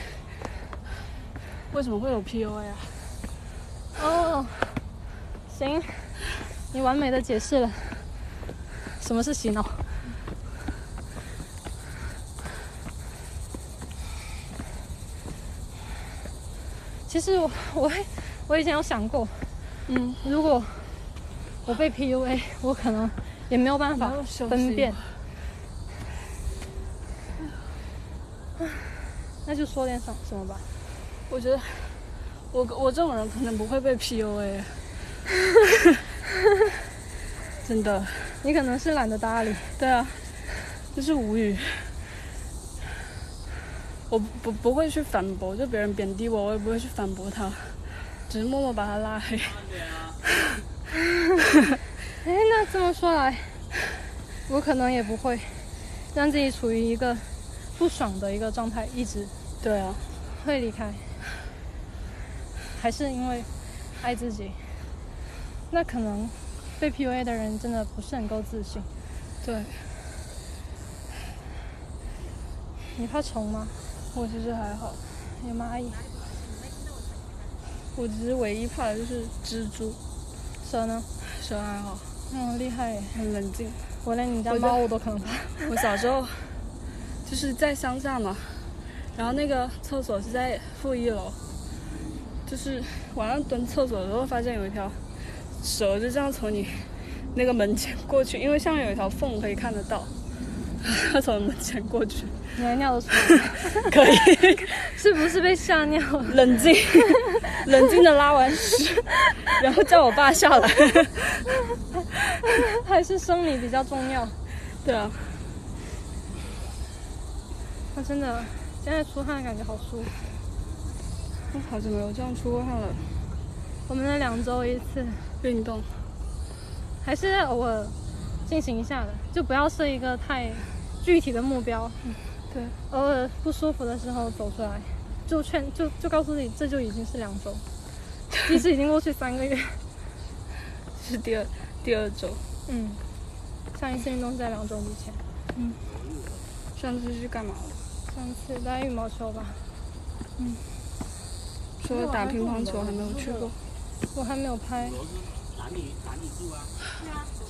为什么会有 PUA 啊？哦，行，你完美的解释了什么是洗脑。其实我我我以前有想过，嗯，如果我被 PUA，我可能也没有办法分辨。那就说点什什么吧。我觉得我我这种人可能不会被 PUA，真的。你可能是懒得搭理，对啊，就是无语。我不不不会去反驳，就别人贬低我，我也不会去反驳他，只是默默把他拉黑。哎，那这么说来，我可能也不会让自己处于一个不爽的一个状态，一直对啊，会离开，还是因为爱自己。那可能被 PUA 的人真的不是很够自信。对你怕虫吗？我其实还好，有蚂蚁、我只是唯一怕的就是蜘蛛，蛇呢？蛇还好，嗯，厉害耶！很冷静。我连你家我觉得猫我都可能怕。我小时候就是在乡下嘛，然后那个厕所是在负一楼，就是晚上蹲厕所的时候，发现有一条蛇就这样从你那个门前过去，因为上面有一条缝可以看得到，它从门前过去， 你还尿得出来？ 可以是不是被吓尿了？ 冷静冷静的拉完屎，然后叫我爸下来。还是生理比较重要？对啊，那、真的，现在出汗感觉好舒服。我好久没有这样出过汗了，我们的两周一次，运动。还是偶尔进行一下的，就不要设一个太具体的目标，嗯对，偶尔不舒服的时候走出来，就劝就就告诉自己，这就已经是两周，其实已经过去三个月。这是第二第二周，嗯，上一次运动是在两周之前，上次去干嘛了？上次打羽毛球吧，除了打乒乓球，还没有去过。我还没有拍。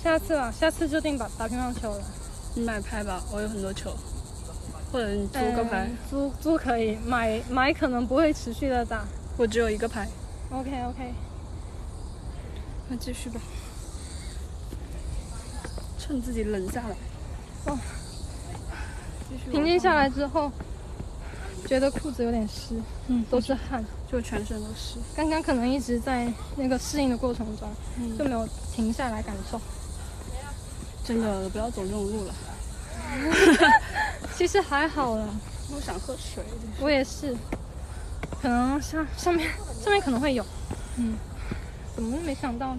下次吧，下次就定打打乒乓球了。你买拍吧，我有很多球，或者你租个拍，嗯租租可以，买买可能不会持续的打。我只有一个拍。 OK OK，那继续吧，趁自己冷下来。哦，继续平静下来之后，觉得裤子有点湿，嗯，都是汗。就全身都是。刚刚可能一直在那个适应的过程中，嗯就没有停下来感受。真的不要走这种路了。其实还好了，我想喝水。我也是，可能上上面上面可能会有，嗯，怎么没想到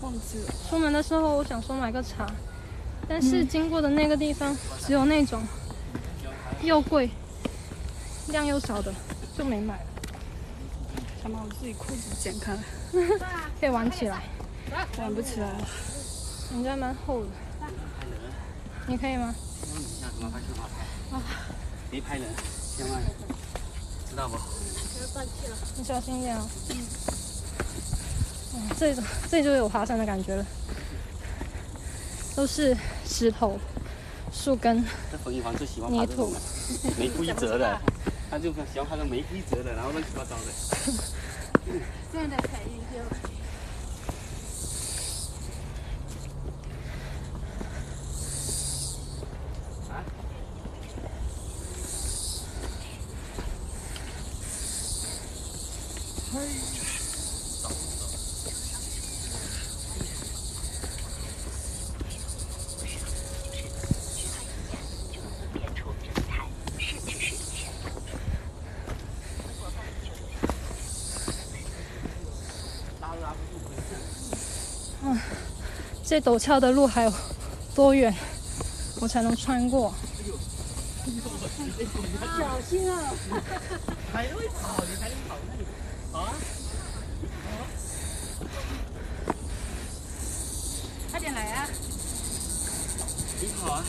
忘记了，出门的时候我想说买个茶，但是经过的那个地方只有那种又贵、量又少的，就没买了。想把我自己裤子剪开，可以玩起来，挽不起来了。人家蛮厚的，你可以吗？想怎么拍就好拍，别拍人，千万，知道不？你小心一点哦。嗯，这种这就有爬山的感觉了，都是石头、树根，这冯一凡最喜欢拍这种没骨一折的，他就喜欢拍那种没骨一折的，然后乱七八糟的。这陡峭的路还有多远，我才能穿过？你好啊，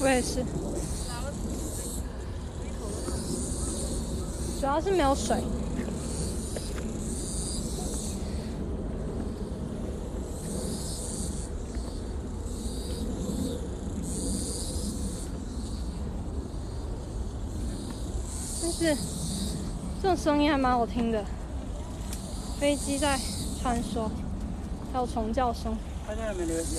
我也是。主要是没有水。但是这种声音还蛮好听的，飞机在穿梭，还有虫叫声。拍到了没？刘姐，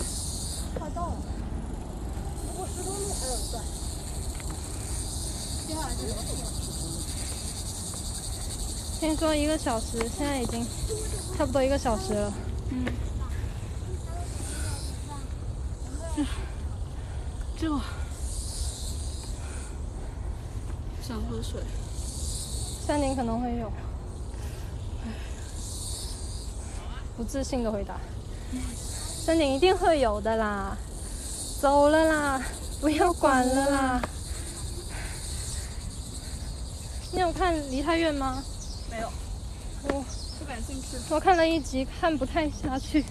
听说一个小时，现在已经差不多一个小时了。就想喝水。山顶可能会有。不自信的回答，山顶一定会有的啦，走了啦，不要管了啦。你有看《离太远》吗？没有，我不感兴趣。我看了一集，看不太下去，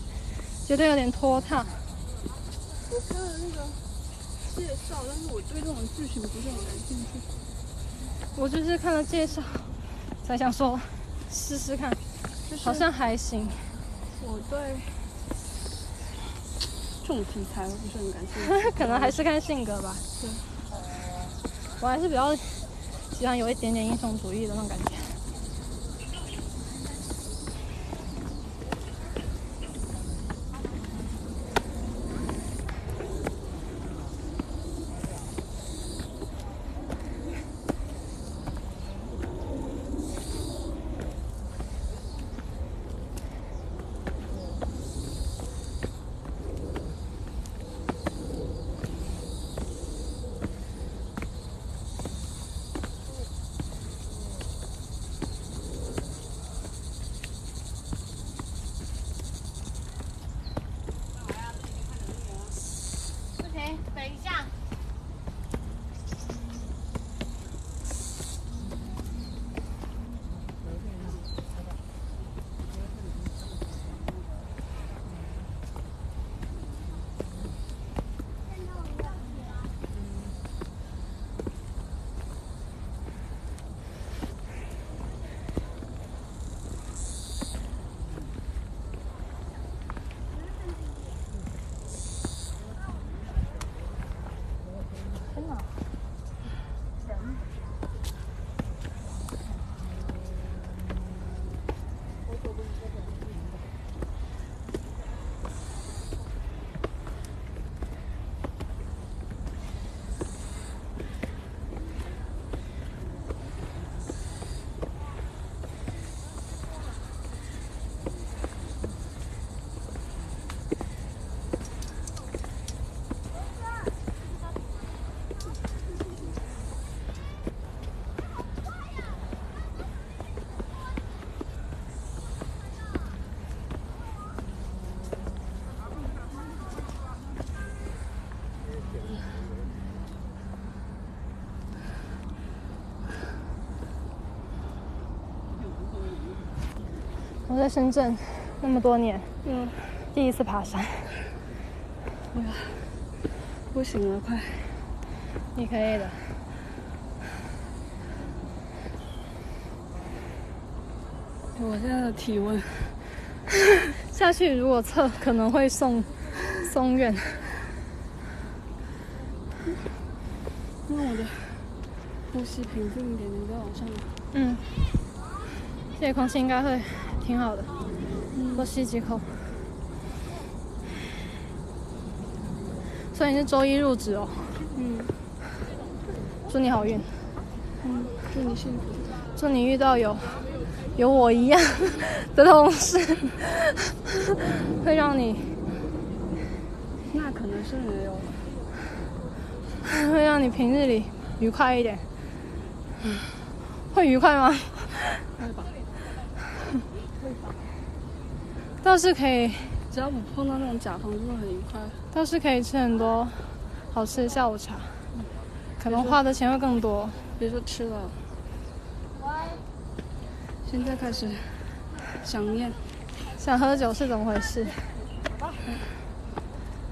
觉得有点拖沓。我看了那个介绍，但是我对这种剧情不是很感兴趣。我就是看了介绍，才想说试试看，就是好像还行。我对这种题材我不是很感兴趣。可能还是看性格吧。对我还是比较喜欢有一点点英雄主义的那种感觉。等一下。我在深圳那么多年，嗯，第一次爬山，不行了，快！你可以的。我现在的体温，下去如果测可能会送送院，让我的呼吸平静一点点，再往上爬。嗯，这里空气应该会挺好的，多吸几口。所以你是周一入职哦，嗯祝你好运，嗯，祝你幸福。祝你遇到有有我一样 的同事， 会让你那可能是没有。会让你平日里愉快一点。会愉快吗？会吧，倒是可以，只要不碰到那种甲方，真的很愉快。倒是可以吃很多好吃的下午茶，可能花的钱会更多。别说吃了，现在开始想念，想喝酒是怎么回事？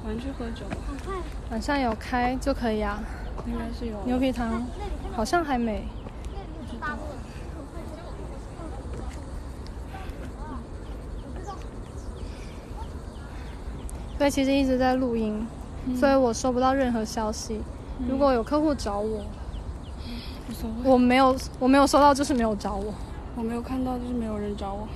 玩去喝酒吧，晚上有开就可以啊。应该是有。牛皮糖好像还没。对，其实一直在录音，嗯所以我收不到任何消息。如果有客户找我，无所谓，我没有，我没有收到，就是没有找我。我没有看到，就是没有人找我。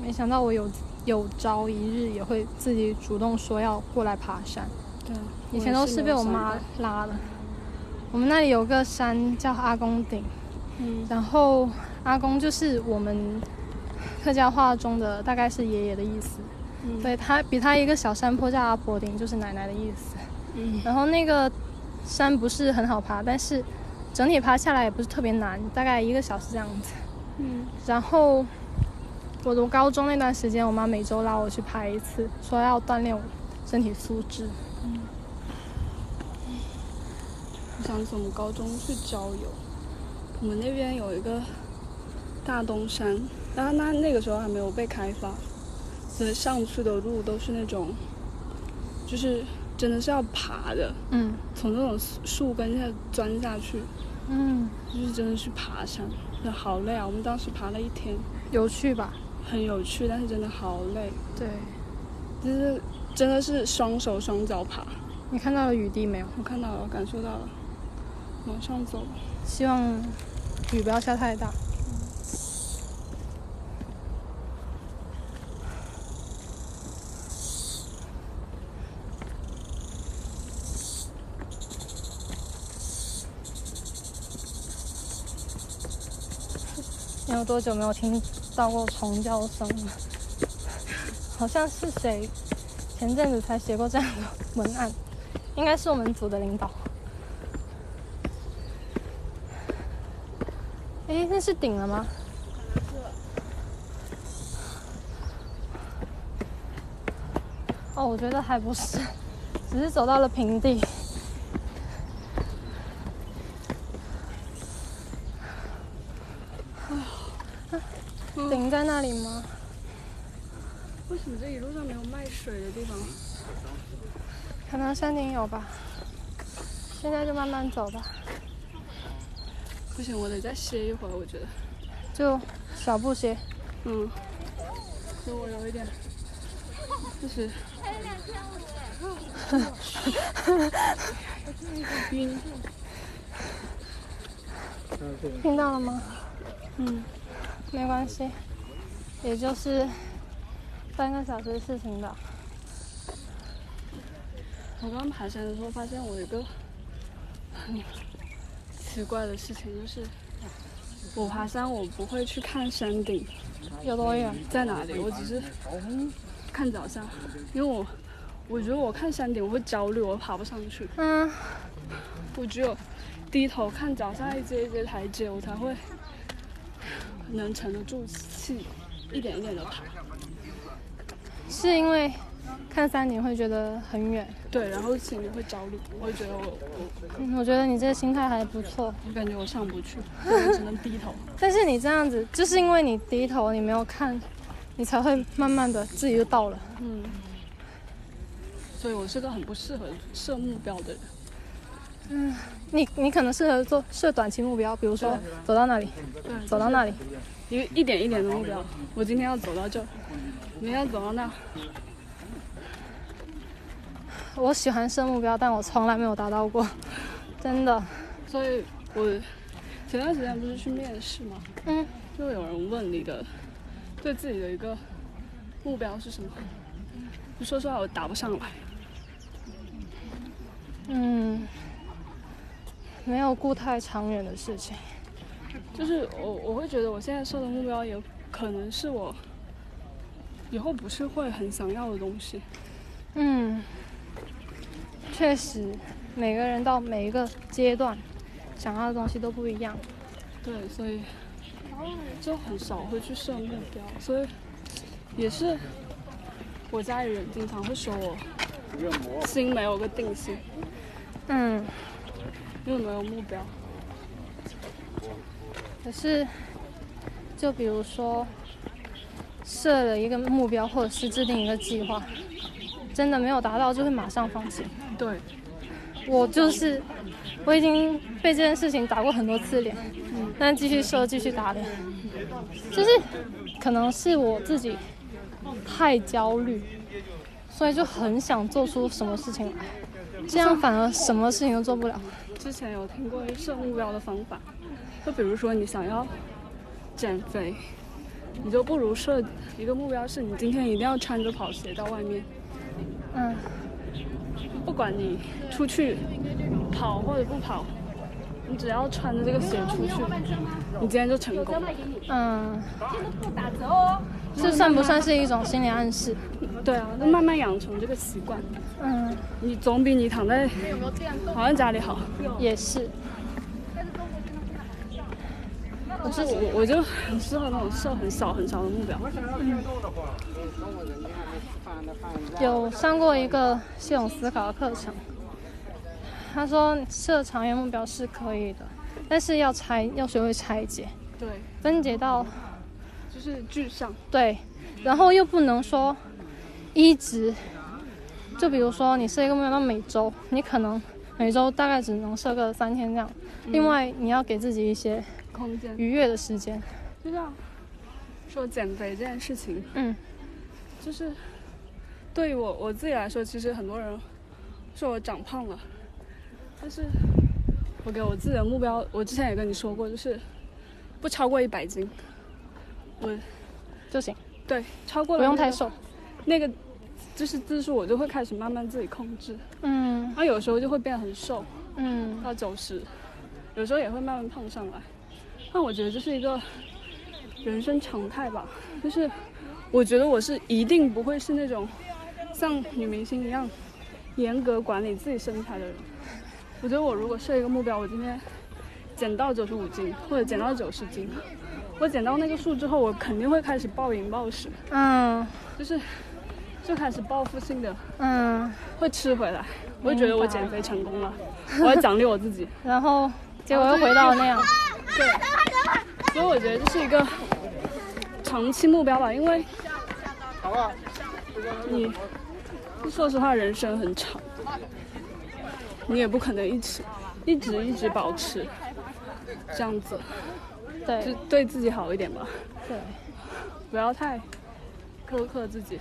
没想到我有有朝一日也会自己主动说要过来爬山。对，以前都是被我妈也是没有想拉的。我们那里有个山叫阿公顶，过。嗯然后阿公就是我们客家话中的大概是爷爷的意思，嗯所以他比他一个小山坡叫阿婆顶，就是奶奶的意思。嗯然后那个山不是很好爬，但是整体爬下来也不是特别难，大概一个小时这样子。嗯然后我读高中那段时间，我妈每周拉我去爬一次，说要锻炼我身体素质。我想起我们高中去郊游，我们那边有一个大东山，然后那那个时候还没有被开发，所以上去的路都是那种，就是真的是要爬的，嗯从那种树根下钻下去，嗯，就是真的去爬山，真的好累啊！我们当时爬了一天，有趣吧？很有趣，但是真的好累，对，就是真的是双手双脚爬。你看到了雨滴没有？我看到了，感受到了，往上走吧。希望雨不要下太大。你有多久没有听到过虫叫声了？ 好像是谁前阵子才写过这样的文案，应该是我们组的领导。哎，那是顶了吗？哦，我觉得还不是，只是走到了平地。顶在那里吗？为什么这一路上没有卖水的地方？可能山顶有吧。现在就慢慢走吧，不行，我得再歇一会儿，我觉得，就小步些。嗯，所以我有一点，就是听到了吗？嗯，没关系，也就是半个小时的事情吧。我刚刚爬山的时候发现我有一个很奇怪的事情，就是我爬山我不会去看山顶有多远？在哪里，我只是看脚下，因为我我觉得我看山顶我会焦虑，我爬不上去，嗯，我只有低头看脚下一阶一阶台阶，我才会能沉得住气，一点一点的爬。是因为看山顶会觉得很远。对，然后心里会焦虑，我会觉得我我嗯，我觉得你这个心态还不错。我感觉我上不 去，我只能低头。但是你这样子，就是因为你低头，你没有看，你才会慢慢的自己就到了。嗯，所以我是个很不适合设目标的人。你你可能适合做设短期目标，比如说走到那里，对，走到那里。一个一点一点的目标，我今天要走到这儿，明天要走到那儿。我喜欢设目标，但我从来没有达到过，真的。所以我前段时间不是去面试吗？嗯，就有人问你的对自己的一个目标是什么？就说实话，我答不上来。嗯，没有顾太长远的事情。就是我我会觉得我现在设的目标有可能是我以后不是会很想要的东西。嗯，确实，每个人到每一个阶段，想要的东西都不一样。对，所以就很少会去设目标，所以也是我家里人经常会说我心没有个定心，嗯，因为没有目标。可是，就比如说，设了一个目标，或者是制定一个计划，真的没有达到就会马上放弃。对，我就是，我已经被这件事情打过很多次脸，但继续设，继续打脸，就是可能是我自己太焦虑，所以就很想做出什么事情来，这样反而什么事情都做不了。之前有听过设目标的方法，就比如说你想要减肥，你就不如设一个目标，是你今天一定要穿着跑鞋到外面，嗯不管你出去跑或者不跑，你只要穿着这个鞋出去，你今天就成功了。嗯，这算不算是一种心理暗示？对啊，那慢慢养成这个习惯，嗯，你总比你躺在好像家里好。也是。我是我我就很适合那种设很小很小的目标。有上过一个系统思考的课程，他说设长远目标是可以的，但是要拆，要学会拆解，对，分解到就是具象。对，然后又不能说一直，就比如说你设一个目标到每周，你可能每周大概只能设个三天这样，另外你要给自己一些空间，愉悦的时间，就像说减肥这件事情，嗯，就是对于我我自己来说，其实很多人说我长胖了，但是我给我自己的目标，我之前也跟你说过，就是不超过一百斤。我就行，对超过了不用那太个瘦，那个就是字数，我就会开始慢慢自己控制。嗯然后有时候就会变得很瘦，嗯到九十，有时候也会慢慢胖上来。但我觉得这是一个人生常态吧，就是我觉得我是一定不会是那种像女明星一样严格管理自己身材的人。我觉得我如果设一个目标，我今天减到九十五斤或者减到九十斤，我减到那个数之后，我肯定会开始暴饮暴食。嗯，就是就开始报复性的嗯，会吃回来，我就觉得我减肥成功了，我要奖励我自己。然后结果又回到那样，所以我觉得这是一个长期目标吧，因为你说实话，人生很长，你也不可能一直一直一直保持这样子，就对对自己好一点吧，对，不要太苛刻自己。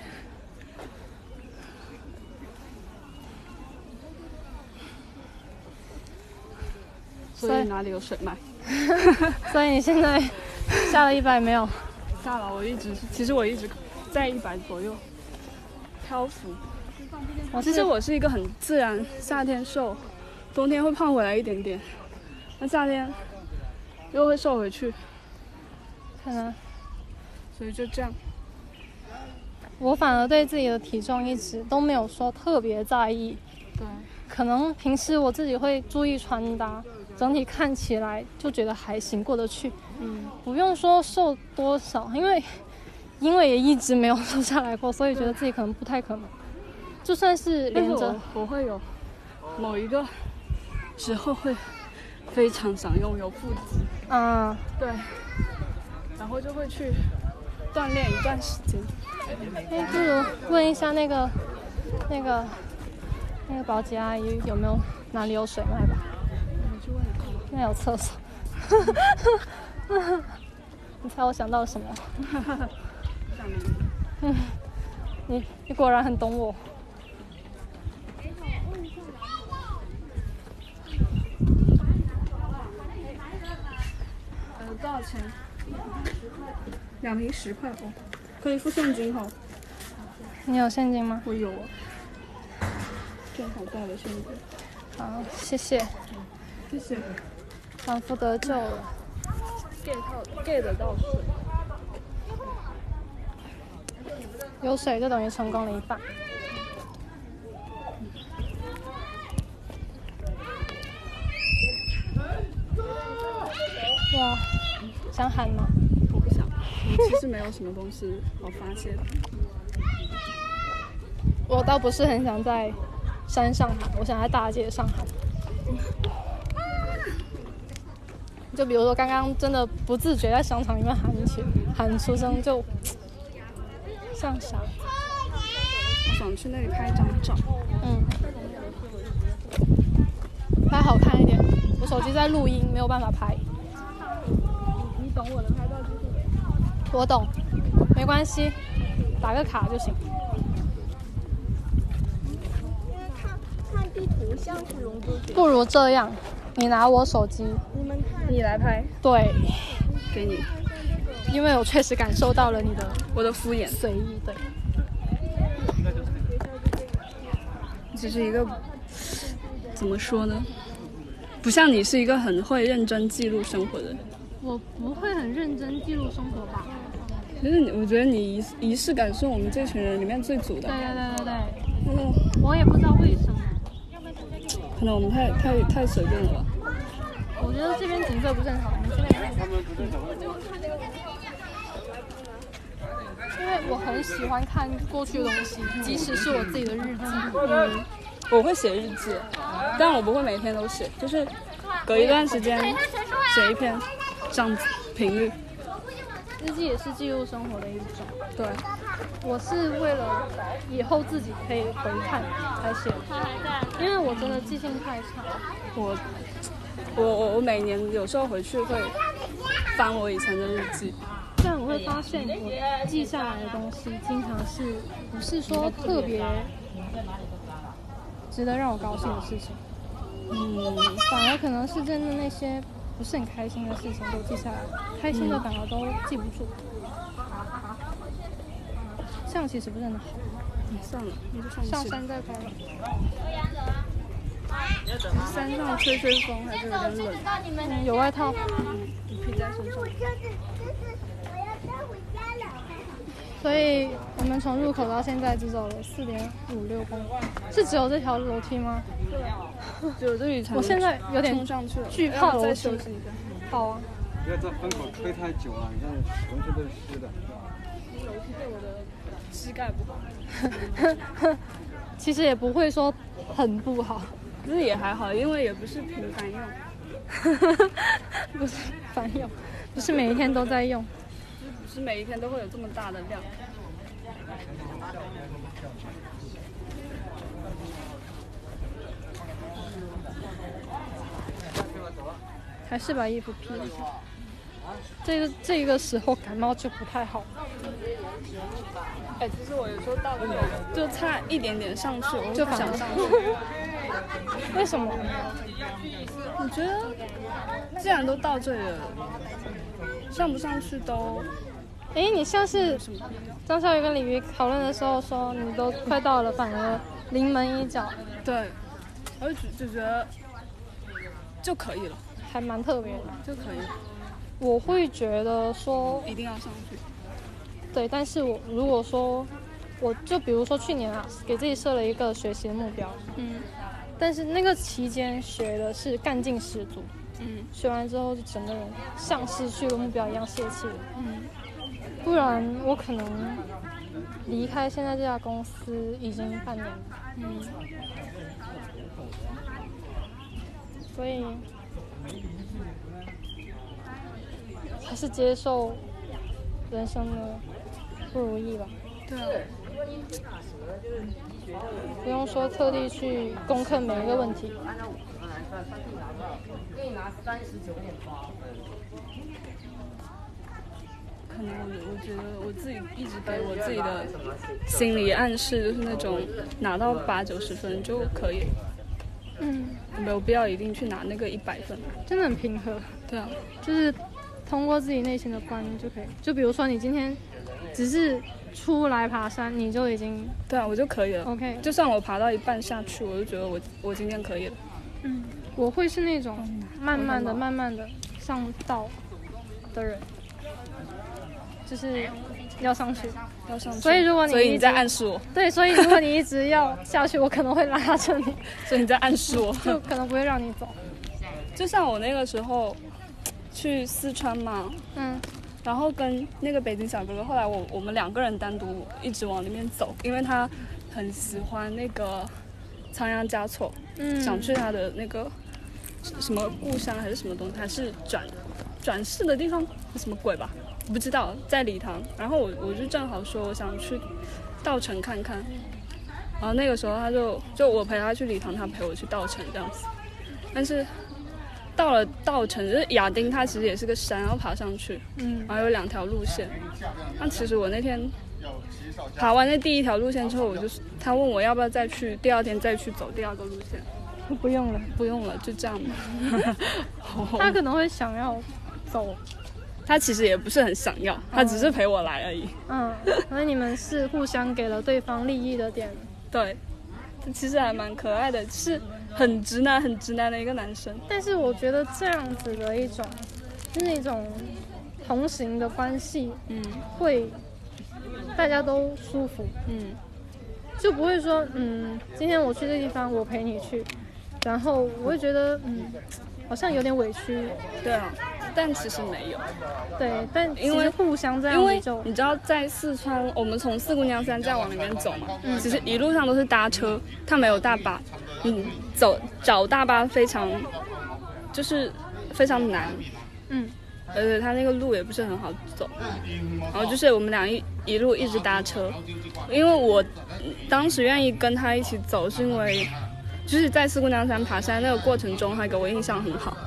所所以以哪里有水卖？ 所以你现在下了一百没 有？大佬，我一直其实我一直在一百左右漂浮。我其是实我是一个很自然，夏天瘦，冬天会胖回来一点点，那夏天又会瘦回去，可能所以就这样。我反而对自己的体重一直都没有说特别在意，对，可能平时我自己会注意穿搭，整体看起来就觉得还行，过得去。嗯，不用说瘦多少，因为 因为也一直没有瘦下来过，所以觉得自己可能不太可能。就算是但连是着我，我会有某一个时候会非常想拥有腹肌，嗯，对，然后就会去锻炼一段时间。哎，不如问一下那个那个那个保洁阿姨有没有哪里有水卖吧？你去问一下吧。那有厕所。 你猜我想到了什么？下面 你你果然很懂我。呃，多少钱？两瓶十块哦，可以付现金哦哈、你有现金吗？我有啊，正好带了现金，好，谢谢，谢谢。仿佛得救了。 get 到 get 得到水，有水就等于成功了一半。哇，想喊吗？我不想，我其实没有什么东西好发泄的。我倒不是很想在山上喊，我想在大街上喊。就比如说刚刚真的不自觉在商场里面喊起喊出声，就像啥？我想去那里拍一张照，嗯，拍好看一点。我手机在录音，没有办法拍。你懂我的拍照技术。我懂，没关系，打个卡就行。因为看看地图像是龙珠族，不如这样，你拿我手机。你们看你来拍，对，给你因为我确实感受到了你的我的敷衍。随意。对，只是一个怎么说呢？不像你是一个很会认真记录生活的人，我不会很认真记录生活吧？就是你，我觉得你仪仪式感是我们这群人里面最足的。对对对对，嗯，我也不知道为什么。可能我们太太太随便了吧。我觉得这边景色不是很好，我们这边他们不是怎么？因为我很喜欢看过去的东西，即使是我自己的日记。我会写日记，但我不会每天都写，就是隔一段时间写一篇，这样子频率。日记也是记录生活的一种。对，我是为了以后自己可以回看才写的，因为我真的记性太差了。我我我我每年有时候回去会翻我以前的日记，但我会发现，我记下来的东西经常是不是说特别值得让我高兴的事情，嗯，反而可能是真的那些不是很开心的事情都记下来了，开心的反而都记不住。这样其实不是很好，算了，那就上去吧上山再拍吧。山上吹吹风还是有点冷，嗯，有外套。披在身上。这是这是我要带回家了。所以我们从入口到现在只走了四点五六公里，是只有这条楼梯吗？就这里才能我现在有点冲上去了，惧怕要不楼再梯休息一下。好啊，不要在风口吹太久了，你看浑身都是湿的。膝盖不好， 其实也不会说很不好， 就是也还好，因为也不是频繁用，不是烦用，不是每一天都在用。不是每一天都会有这么大的量。还是把衣服披一下。这个这个时候感冒就不太好。哎，其实我有时候到这种就差一点点上去，我就就不反想了上 去。为什么？我觉得既然都到这里了，上不上去都 哎，你像是张小雨跟鲤鱼讨论的时候说，你都快到了，反而临门一脚，对，我就觉就觉得就可以了，还蛮特别的。就可以了，我会觉得说，一定要上去。对，但是我如果说，我就比如说去年啊，给自己设了一个学习的目标，嗯但是那个期间学的是干劲十足，嗯学完之后就整个人像失去了目标一样泄气了。嗯不然我可能离开现在这家公司已经半年了，嗯，所以还是接受人生的不如意吧。对啊，不用说特地去攻克每一个问题。可能我我觉得我自己一直给我自己的心理暗示就是那种拿到八九十分就可以了，嗯，没有必要一定去拿那个一百分。真的很平和，对啊，就是通过自己内心的观就可以。就比如说你今天只是出来爬山，你就已经对啊，我就可以了。 OK。就算我爬到一半下去，我就觉得我我今天可以了。我会是那种慢慢的、慢慢的上道的人，就是要上去。要上去，所以如果你所以一你直在暗示我，对，所以如果你一直要下去，我可能会拉着你，所以你在暗示我。就可能不会让你走。就像我那个时候去四川嘛，嗯，然后跟那个北京小哥哥，后来我我们两个人单独一直往里面走，因为他很喜欢那个仓央嘉措，嗯想去他的那个什什么故乡还是什么东西，还是转转世的地方，什么鬼吧？我不知道，在礼堂。然后我我就正好说我想去稻城看看，然后那个时候他就就我陪他去礼堂，他陪我去稻城这样子。但是到了稻城，就是亚丁，它其实也是个山，然后爬上去，嗯，然后有两条路线。那其实我那天爬完那第一条路线之后，我就是他问我要不要再去，第二天再去走第二个路线。不用了。不用了，就这样吧。他可能会想要走，他其实也不是很想要，他只是陪我来而已。 嗯，所以你们是互相给了对方利益的点。对，其实还蛮可爱的，是很直男、很直男的一个男生。但是我觉得这样子的一种，就是一种同行的关系，嗯会大家都舒服。嗯，就不会说，嗯，今天我去这地方，我陪你去，然后我会觉得，嗯，好像有点委屈，对啊，但其实没有，对，但其因为实互相这样因为子就，你知道在四川，我们从四姑娘山再往里面走嘛，嗯其实一路上都是搭车，他没有大巴，你走找大巴非常就是非常难。嗯，而且他那个路也不是很好走，然后就是我们俩一一路一直搭车，因为我当时愿意跟他一起走，是因为就是在四姑娘山爬山那个过程中，他给我印象很好，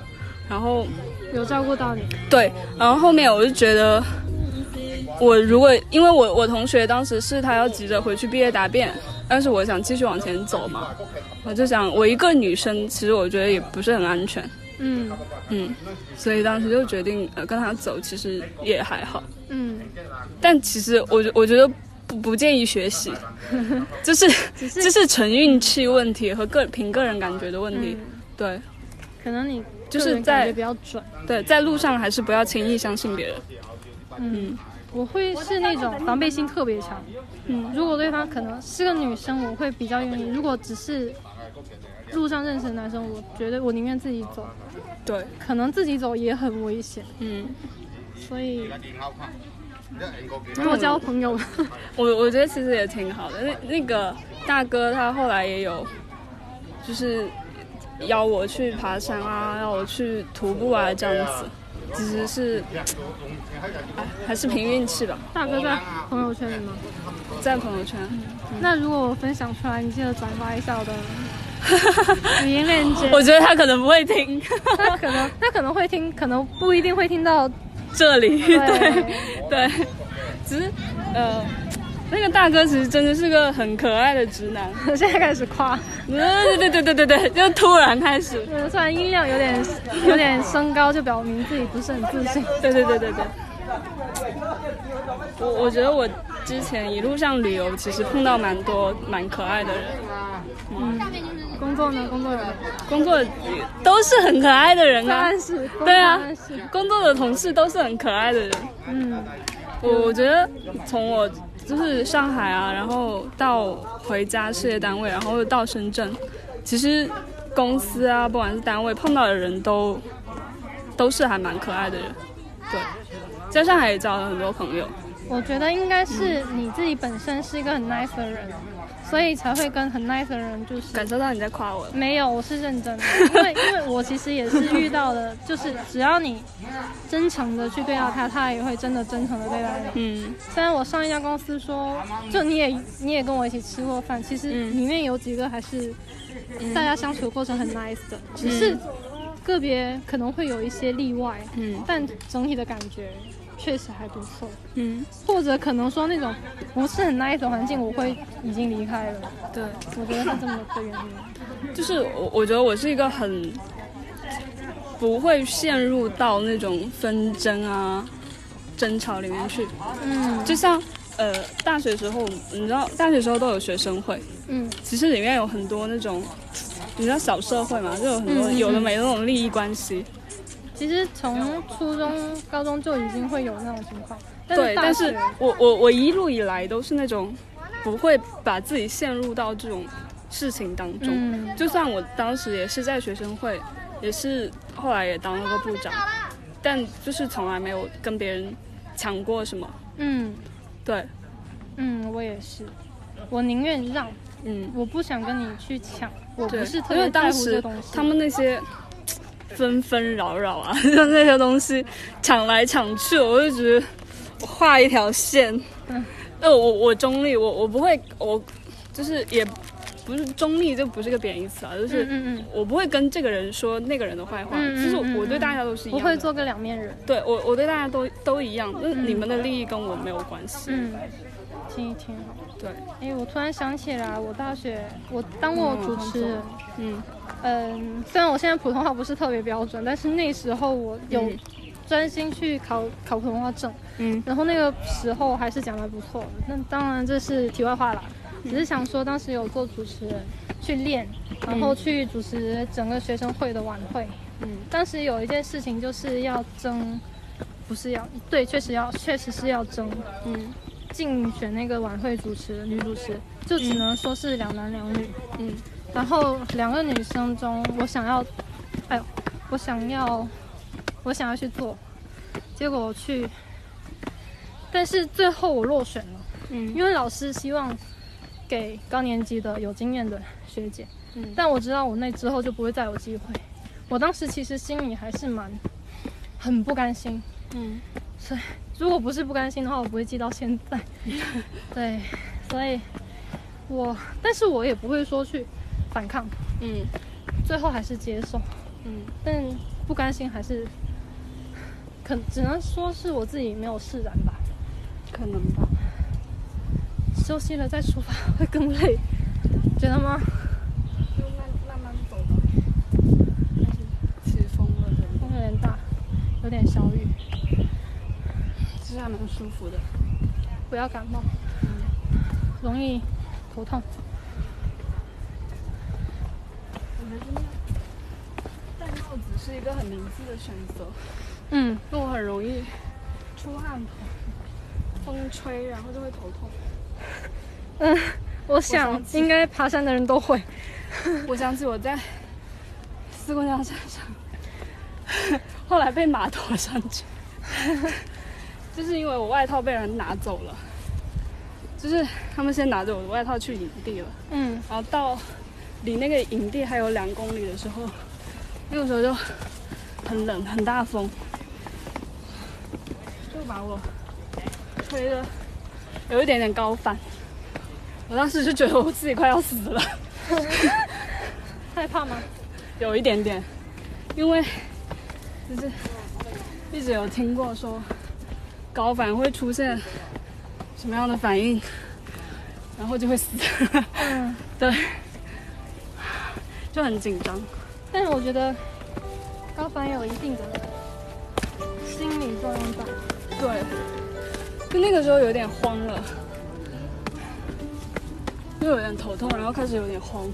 然后有照顾到你，对，然后后面我就觉得，我如果因为我我同学当时是他要急着回去毕业答辩，但是我想继续往前走嘛，我就想我一个女生，其实我觉得也不是很安全，嗯嗯，所以当时就决定呃跟他走，其实也还好。嗯，但其实我觉我觉得不不建议学习， 就是是这是纯运气问题和个凭个人感觉的问题。对嗯可能你就是个人在感觉比较准，对，在路上还是不要轻易相信别人。嗯，我会是那种防备心特别强，嗯，如果对方可能是个女生，我会比较愿意；如果只是路上认识的男生，我觉得我宁愿自己走，对，可能自己走也很危险，嗯，所以多交朋友。 我我觉得其实也挺好的。那那个大哥他后来也有，就是邀我去爬山啊，让我去徒步啊这样子。其实是，哎，还是凭运气吧，大哥在朋友圈里吗？在朋友圈。 那如果我分享出来，你记得转发一下我的语音链 接。我觉得他可能不会听他可能他可能会听，可能不一定会听到。 这里，对对对，只是呃，那个大哥其实真的是个很可爱的直男。 现在开始夸，嗯，对对对对对对，就突然开始，嗯虽然音量有点有点升高，就表明自己不是很自信。对对对对对。我我觉得我之前一路上旅游，其实碰到蛮多蛮可爱的人，工作呢？工作有没有工作也都是很可爱的人啊暗。示？对啊暗示。，工作的同事都是很可爱的人。嗯，我我觉得从我就是上海啊，然后到回家事业单位，然后又到深圳，其实公司啊，不管是单位碰到的人都都是还蛮可爱的人，对，在上海也交了很多朋友，我觉得应该是你自己本身是一个很 nice 的人，所以才会跟很 nice 的人就是感受到你在夸我了，没有，我是认真 的，因为因为我其实也是遇到的，就是只要你真诚的去对待他，他也会真的真诚的对待你。嗯，虽然我上一家公司说，就你也你也跟我一起吃过嗯饭，其实里面有几个还是大家相处的过程很 nice 嗯的，只是个别可能会有一些例外，嗯但整体的感觉确实还不错。嗯，或者可能说那种不是很 nice 的环境，我会已经离开了。对，我觉得是这么个原因。就是我我觉得我是一个很不会陷入到那种纷争啊争吵里面去，嗯就像呃大学时候，嗯你知道大学时候都有学生会。嗯。其实里面有很多那种，你知道小社会嘛，就有很多嗯嗯嗯有的没的那种利益关系。其实从初中、高中就已经会有那种情况，但对，是大但学是我我我一路以来都是那种不会把自己陷入到这种事情当中。嗯就算我当时也是在学生会，也是后来也当了个部长，但就是从来没有跟别人抢过什么。嗯对，嗯，我也是，我宁愿让，嗯，我不想跟你去抢，我对不是，特因别在为当乎这时东西。他们那些纷纷扰扰啊， 就那些东西抢来抢去，我就觉得我画一条线。嗯呃，我我中立，我我不会，我就是也不是中立，就不是个贬义词啊，就是。嗯嗯嗯，我不会跟这个人说那个人的坏话，嗯嗯就是嗯我对嗯大家都是一不样的。会做个两面人。对我我对大家都都一样，就是你们的利益跟我没有关系。嗯，挺挺好。对，哎，我突然想起来，我大学我当过主持人，嗯嗯，虽然我现在普通话不是特别标准，但是那时候我有嗯专心去考考普通话证。嗯然后那个时候还是讲的不错。那当然这是题外话啦，嗯只是想说当时有做主持人去练，然后去主持整个学生会的晚会。嗯，当时有一件事情就是要争，不是要对，确实要，确实是要争嗯竞选那个晚会主持女主持，就只能说是两男两女。嗯然后两个女生中，我想要，哎呦，我想要，我想要去做，结果我去，但是最后我落选了，嗯因为老师希望给高年级的有经验的学姐，嗯但我知道我那之后就不会再有机会。我当时其实心里还是蛮很不甘心，嗯如果不是不甘心的话，我不会记到现在。对，所以我，但是我也不会说去反抗。嗯最后还是接受，嗯但不甘心还是，可只能说是我自己没有释然吧。可能吧。休息了再出发会更累，觉得吗？起风了，风有点大，有点小雨，其实还蛮舒服的。不要感冒，容易头痛。戴帽子是一个很明智的选择，嗯，因为我很容易出汗，风吹然后就会头痛。我想想起应该爬山的人都会。我想起我在四姑娘山上，后来被马驮上去， 就是因为我外套被人拿走了，就是他们先拿着我的外套去营地了，嗯，然后到离那个营地还有两公里的时候，那个时候就很冷，很大风，就把我吹的有一点点高反。我当时就觉得我自己快要死了， 害怕吗？有一点点，因为就是一直有听过说高反会出现什么样的反应，然后就会死。 嗯，对，就很紧张。但是我觉得高反有一定的心理作用吧。对，就那个时候有点慌了，又有点头痛，然后开始有点慌。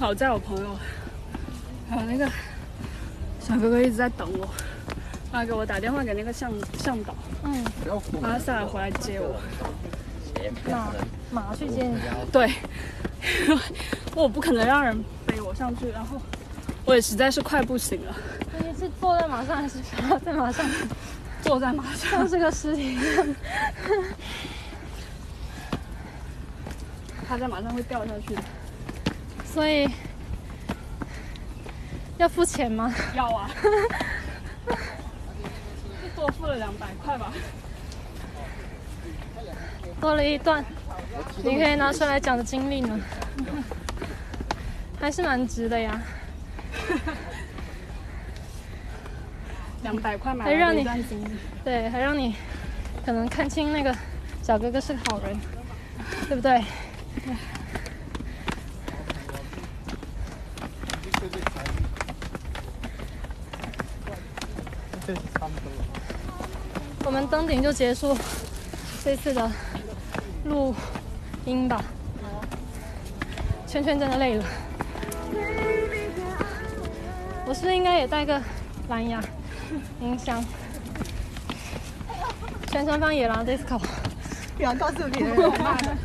好在我朋友还有那个小哥哥一直在等我，他给我打电话给那个向向导，嗯，然后下来回来接我。马马去接你。对， 我不可能让人背我上去，然后我也实在是快不行了，那你是坐在马上还是趴在马上？坐在马上。像是个尸体一样。他在马上会掉下去的。所以要付钱吗？要啊， 就多付了两百块吧。多了一段你可以拿出来讲的经历呢，还是蛮值的呀。两百块买还让了你一段经历，对，还让你可能看清那个小哥哥是个好人，对不对？我们登顶就结束这次的录音吧。圈圈真的累了，我是不是应该也带个蓝牙音箱？全城放野狼 disco，不要告诉别人我骂的。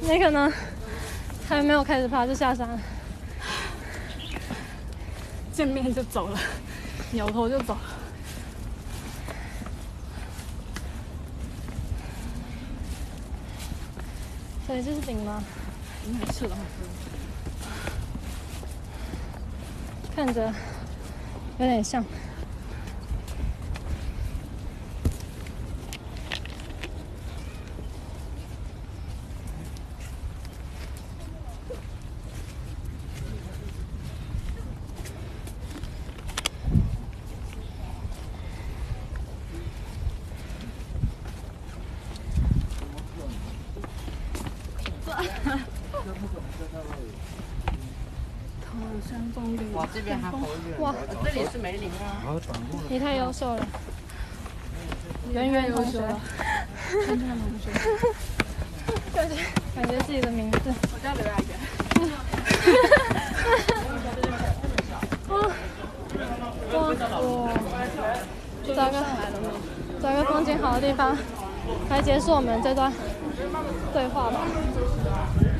那个呢，还没有开始爬就下山了。见面就走了，扭头就走了。所以这是顶吗？应该是的，看着有点像。头山峰顶。往这边还好远，哇，这里是梅林啊。你太优秀了，圆圆有学了，感觉自己的名字。我叫刘雅媛。哇哇！找个找个风景好的地方来结束我们这段对话吧。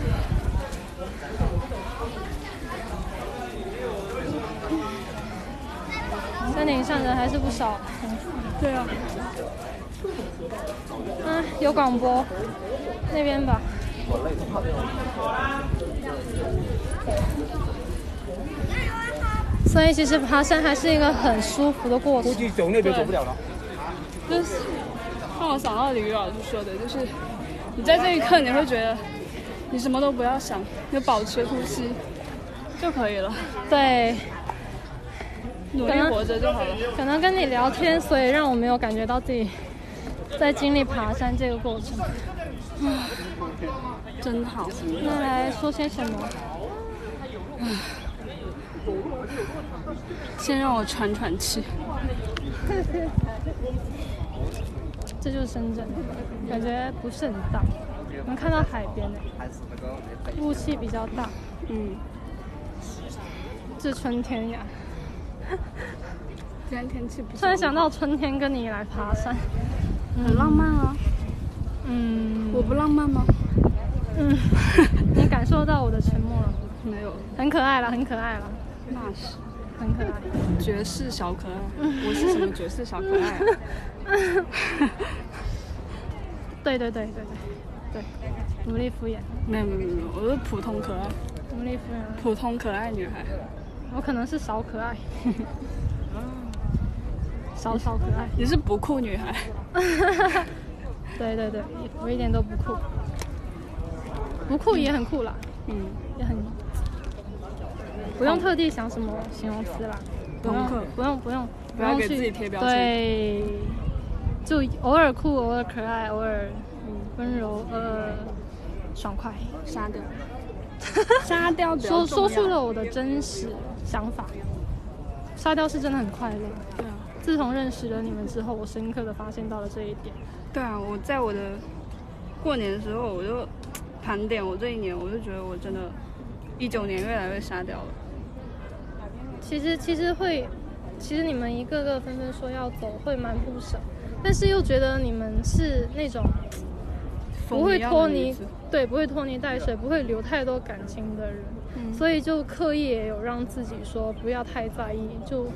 山顶上人还是不少，对啊，嗯，有广播，那边吧。所以其实爬山还是一个很舒服的过程估。计走那边走不了了。就是让我想到李宇老师说的，就是你在这一刻你会觉得你什么都不要想，你就保持呼吸就可以了，对，努力活着就好了。可能跟你聊天，所以让我没有感觉到自己在经历爬山这个过程。真好，那来说些什么？先让我喘喘气。这就是深圳，感觉不是很大，能看到海边的，雾气比较大。嗯，致春天呀，今天天气不错突然想到春天跟你来爬山，很浪漫啊。嗯我不浪漫吗？嗯， 你感受到我的沉默了，没有，很可爱了，很可爱了。那是。很可爱。绝世小可爱，我是什么绝世小可爱、啊？对对对对对对，努力敷衍， 没有没有没有没有，我是普通可爱，努力敷衍。普通可爱女孩。嗯我可能是少可爱，少少可爱。你是不酷女孩，对对对，我一点都不酷，不酷也很酷啦，嗯，也很，不用特地想什么形容词啦，不用朋克不用不用，不要用给去自己贴标签对，就偶尔酷，偶尔可爱，偶尔嗯温柔，呃，爽快，沙 雕，沙 雕比较说说重出要。了我的真实想法。沙雕是真的很快乐，对啊，自从认识了你们之后，我深刻的发现到了这一点。对啊，我在我的过年的时候，我就盘点我这一年，我就觉得我真的，一九年越来越沙雕了。其实其实会，其实你们一个个纷纷说要走，会蛮不舍，但是又觉得你们是那种不风会一样的拖女泥子，对，不会拖泥带水，不会留太多感情的人，嗯所以就刻意也有让自己说不要太在意，就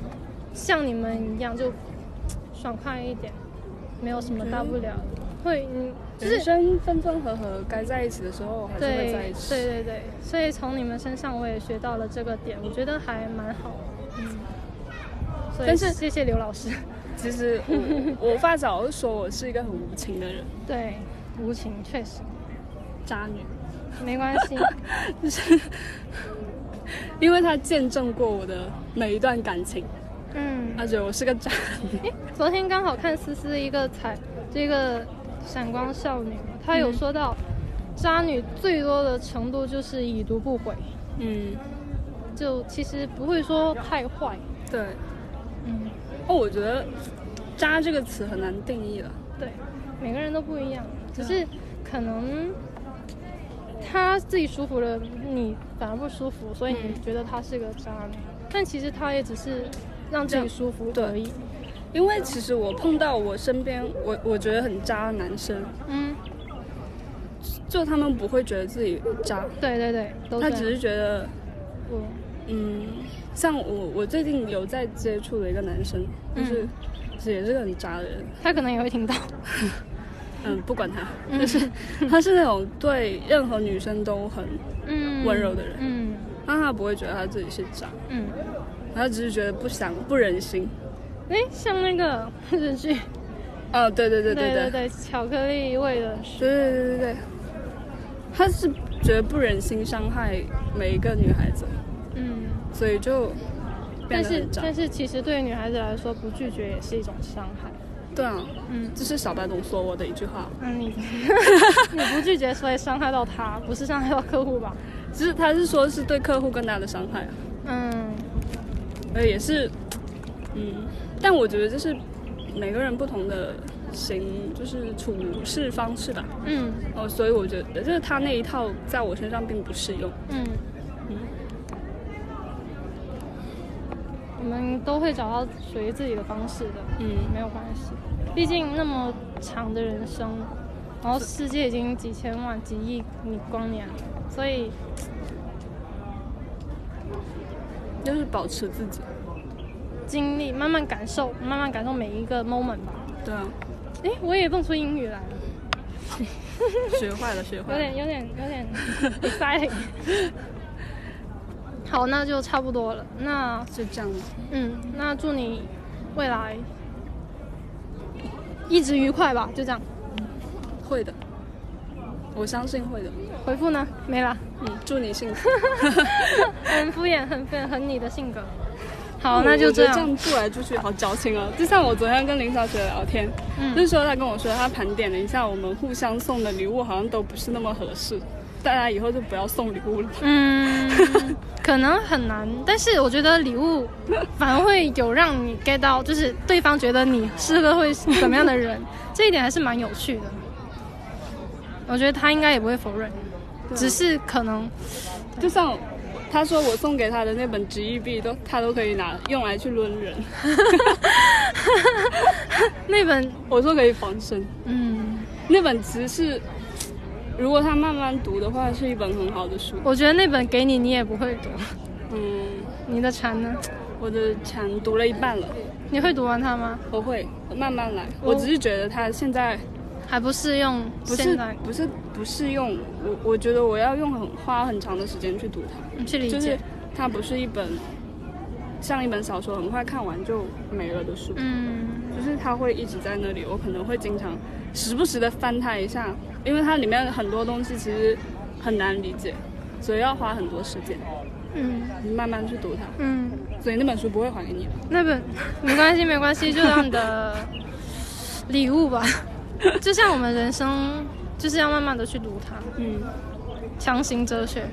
像你们一样，就爽快一点，没有什么大不了的。会，嗯，就人是生分分合合，该在一起的时候还是会对在对一起。对对，所以从你们身上我也学到了这个点，我觉得还蛮好的。嗯，所以但是谢谢刘老师。 其实我 我发小就说我是一个很无情的人，对，无情确实渣女，没关 系。就是因为他见证过我的每一段感情，嗯，他觉得我是个渣女。 昨天刚好看思思一个彩这个闪光少女，她有说到，渣女最多的程度就是已读不回，嗯，就其实不会说太坏。对。嗯，哦，我觉得“渣”这个词很难定义了。对，每个人都不一样，只是可能。她自己舒服了，你反而不舒服，所以你觉得她是个渣女，但其实她也只是让自己舒服对而已。因为其实我碰到我身边我我觉得很渣的男生，嗯，就他们不会觉得自己渣，对对对，都他这只样是觉得，我嗯，像我我最近有在接触的一个男生，就是、其实也是个很渣的人，他可能也会听到。嗯，不管他， 就是他是那种对任何女生都很，嗯温柔的人嗯但他不会觉得他自己是渣，嗯，他只是觉得不想不忍心。哎、像那个日剧，哦，对对对对对对，巧克力味的水，对对对对对，他是觉得不忍心伤害每一个女孩子，嗯，所以就变但得是很渣。但是其实对于女孩子来说，不拒绝也是一种伤害。对啊，嗯，这是小白总说我的一句话，嗯， 你 你不拒绝，所以伤害到他，不是伤害到客户吧？只是他是说是对客户更大的伤害啊，嗯，而也是，嗯，但我觉得这是每个人不同的行，就是处事方式吧。嗯哦，所以我觉得就是他那一套在我身上并不适用。嗯我们都会找到属于自己的方式的。嗯，没有关系，毕竟那么长的人生，然后世界已经几千万、几亿米光年了，所以就是保持自己。经历慢慢感受，慢慢感受每一个 moment 吧。对啊，诶，我也蹦出英语来了，学坏了，学有坏了。点、有点、有点 exciting。好，那就差不多了。那就这样吧。嗯，那祝你未来一直愉快吧，就这样。会的，我相信会的。回复呢？没了。嗯， 祝你幸福。 很敷衍，很敷衍，很你的性格。 好，我那就嗯我觉这得这样。住来住去好矫情哦。就像我昨天跟林小雪聊天，嗯那时候她跟我说，她盘点了一下我们互相送的礼物，好像都不是那么合适。大家以后就不要送礼物了。嗯，可能很难，但是我觉得礼物 反而会有让你 get 到，就是对方觉得你是个会怎么样的 人，这一点还是蛮有趣的。我觉得他应该也不会否认，啊只是可能 就像她说我送给她的那本《直译币》，都她都可以拿用来去抡人。 那本我说可以防身。嗯，那本其实是，如果她慢慢读的话，是一本很好的书。 我觉得那本给你你也不会读，嗯，你的蝉呢？我的禅读了一半了，你会读完它吗？我会慢慢来。我我只是觉得它现在还不适用不现是在不是不适用，我我觉得我要用很花很长的时间去读它，你嗯去理解。就是它不是一本像一本小说，很快看完就没了的书，嗯，就是它会一直在那里，我可能会经常时不时的翻它一下，因为它里面很多东西其实很难理解，所以要花很多时间，嗯你慢慢去读它，嗯，所以那本书不会还给你的。那本没关系没关系，就当你的礼物吧。就像我们人生就是要慢慢的去读它，嗯，强行哲学。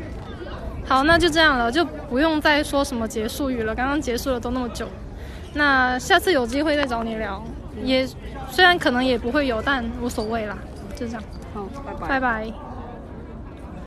好，那就这样了，就不用再说什么结束语了，刚刚结束了都那么久。那下次有机会再找你聊，也虽然可能也不会有，但无所谓啦，就这样，好，拜拜。拜拜。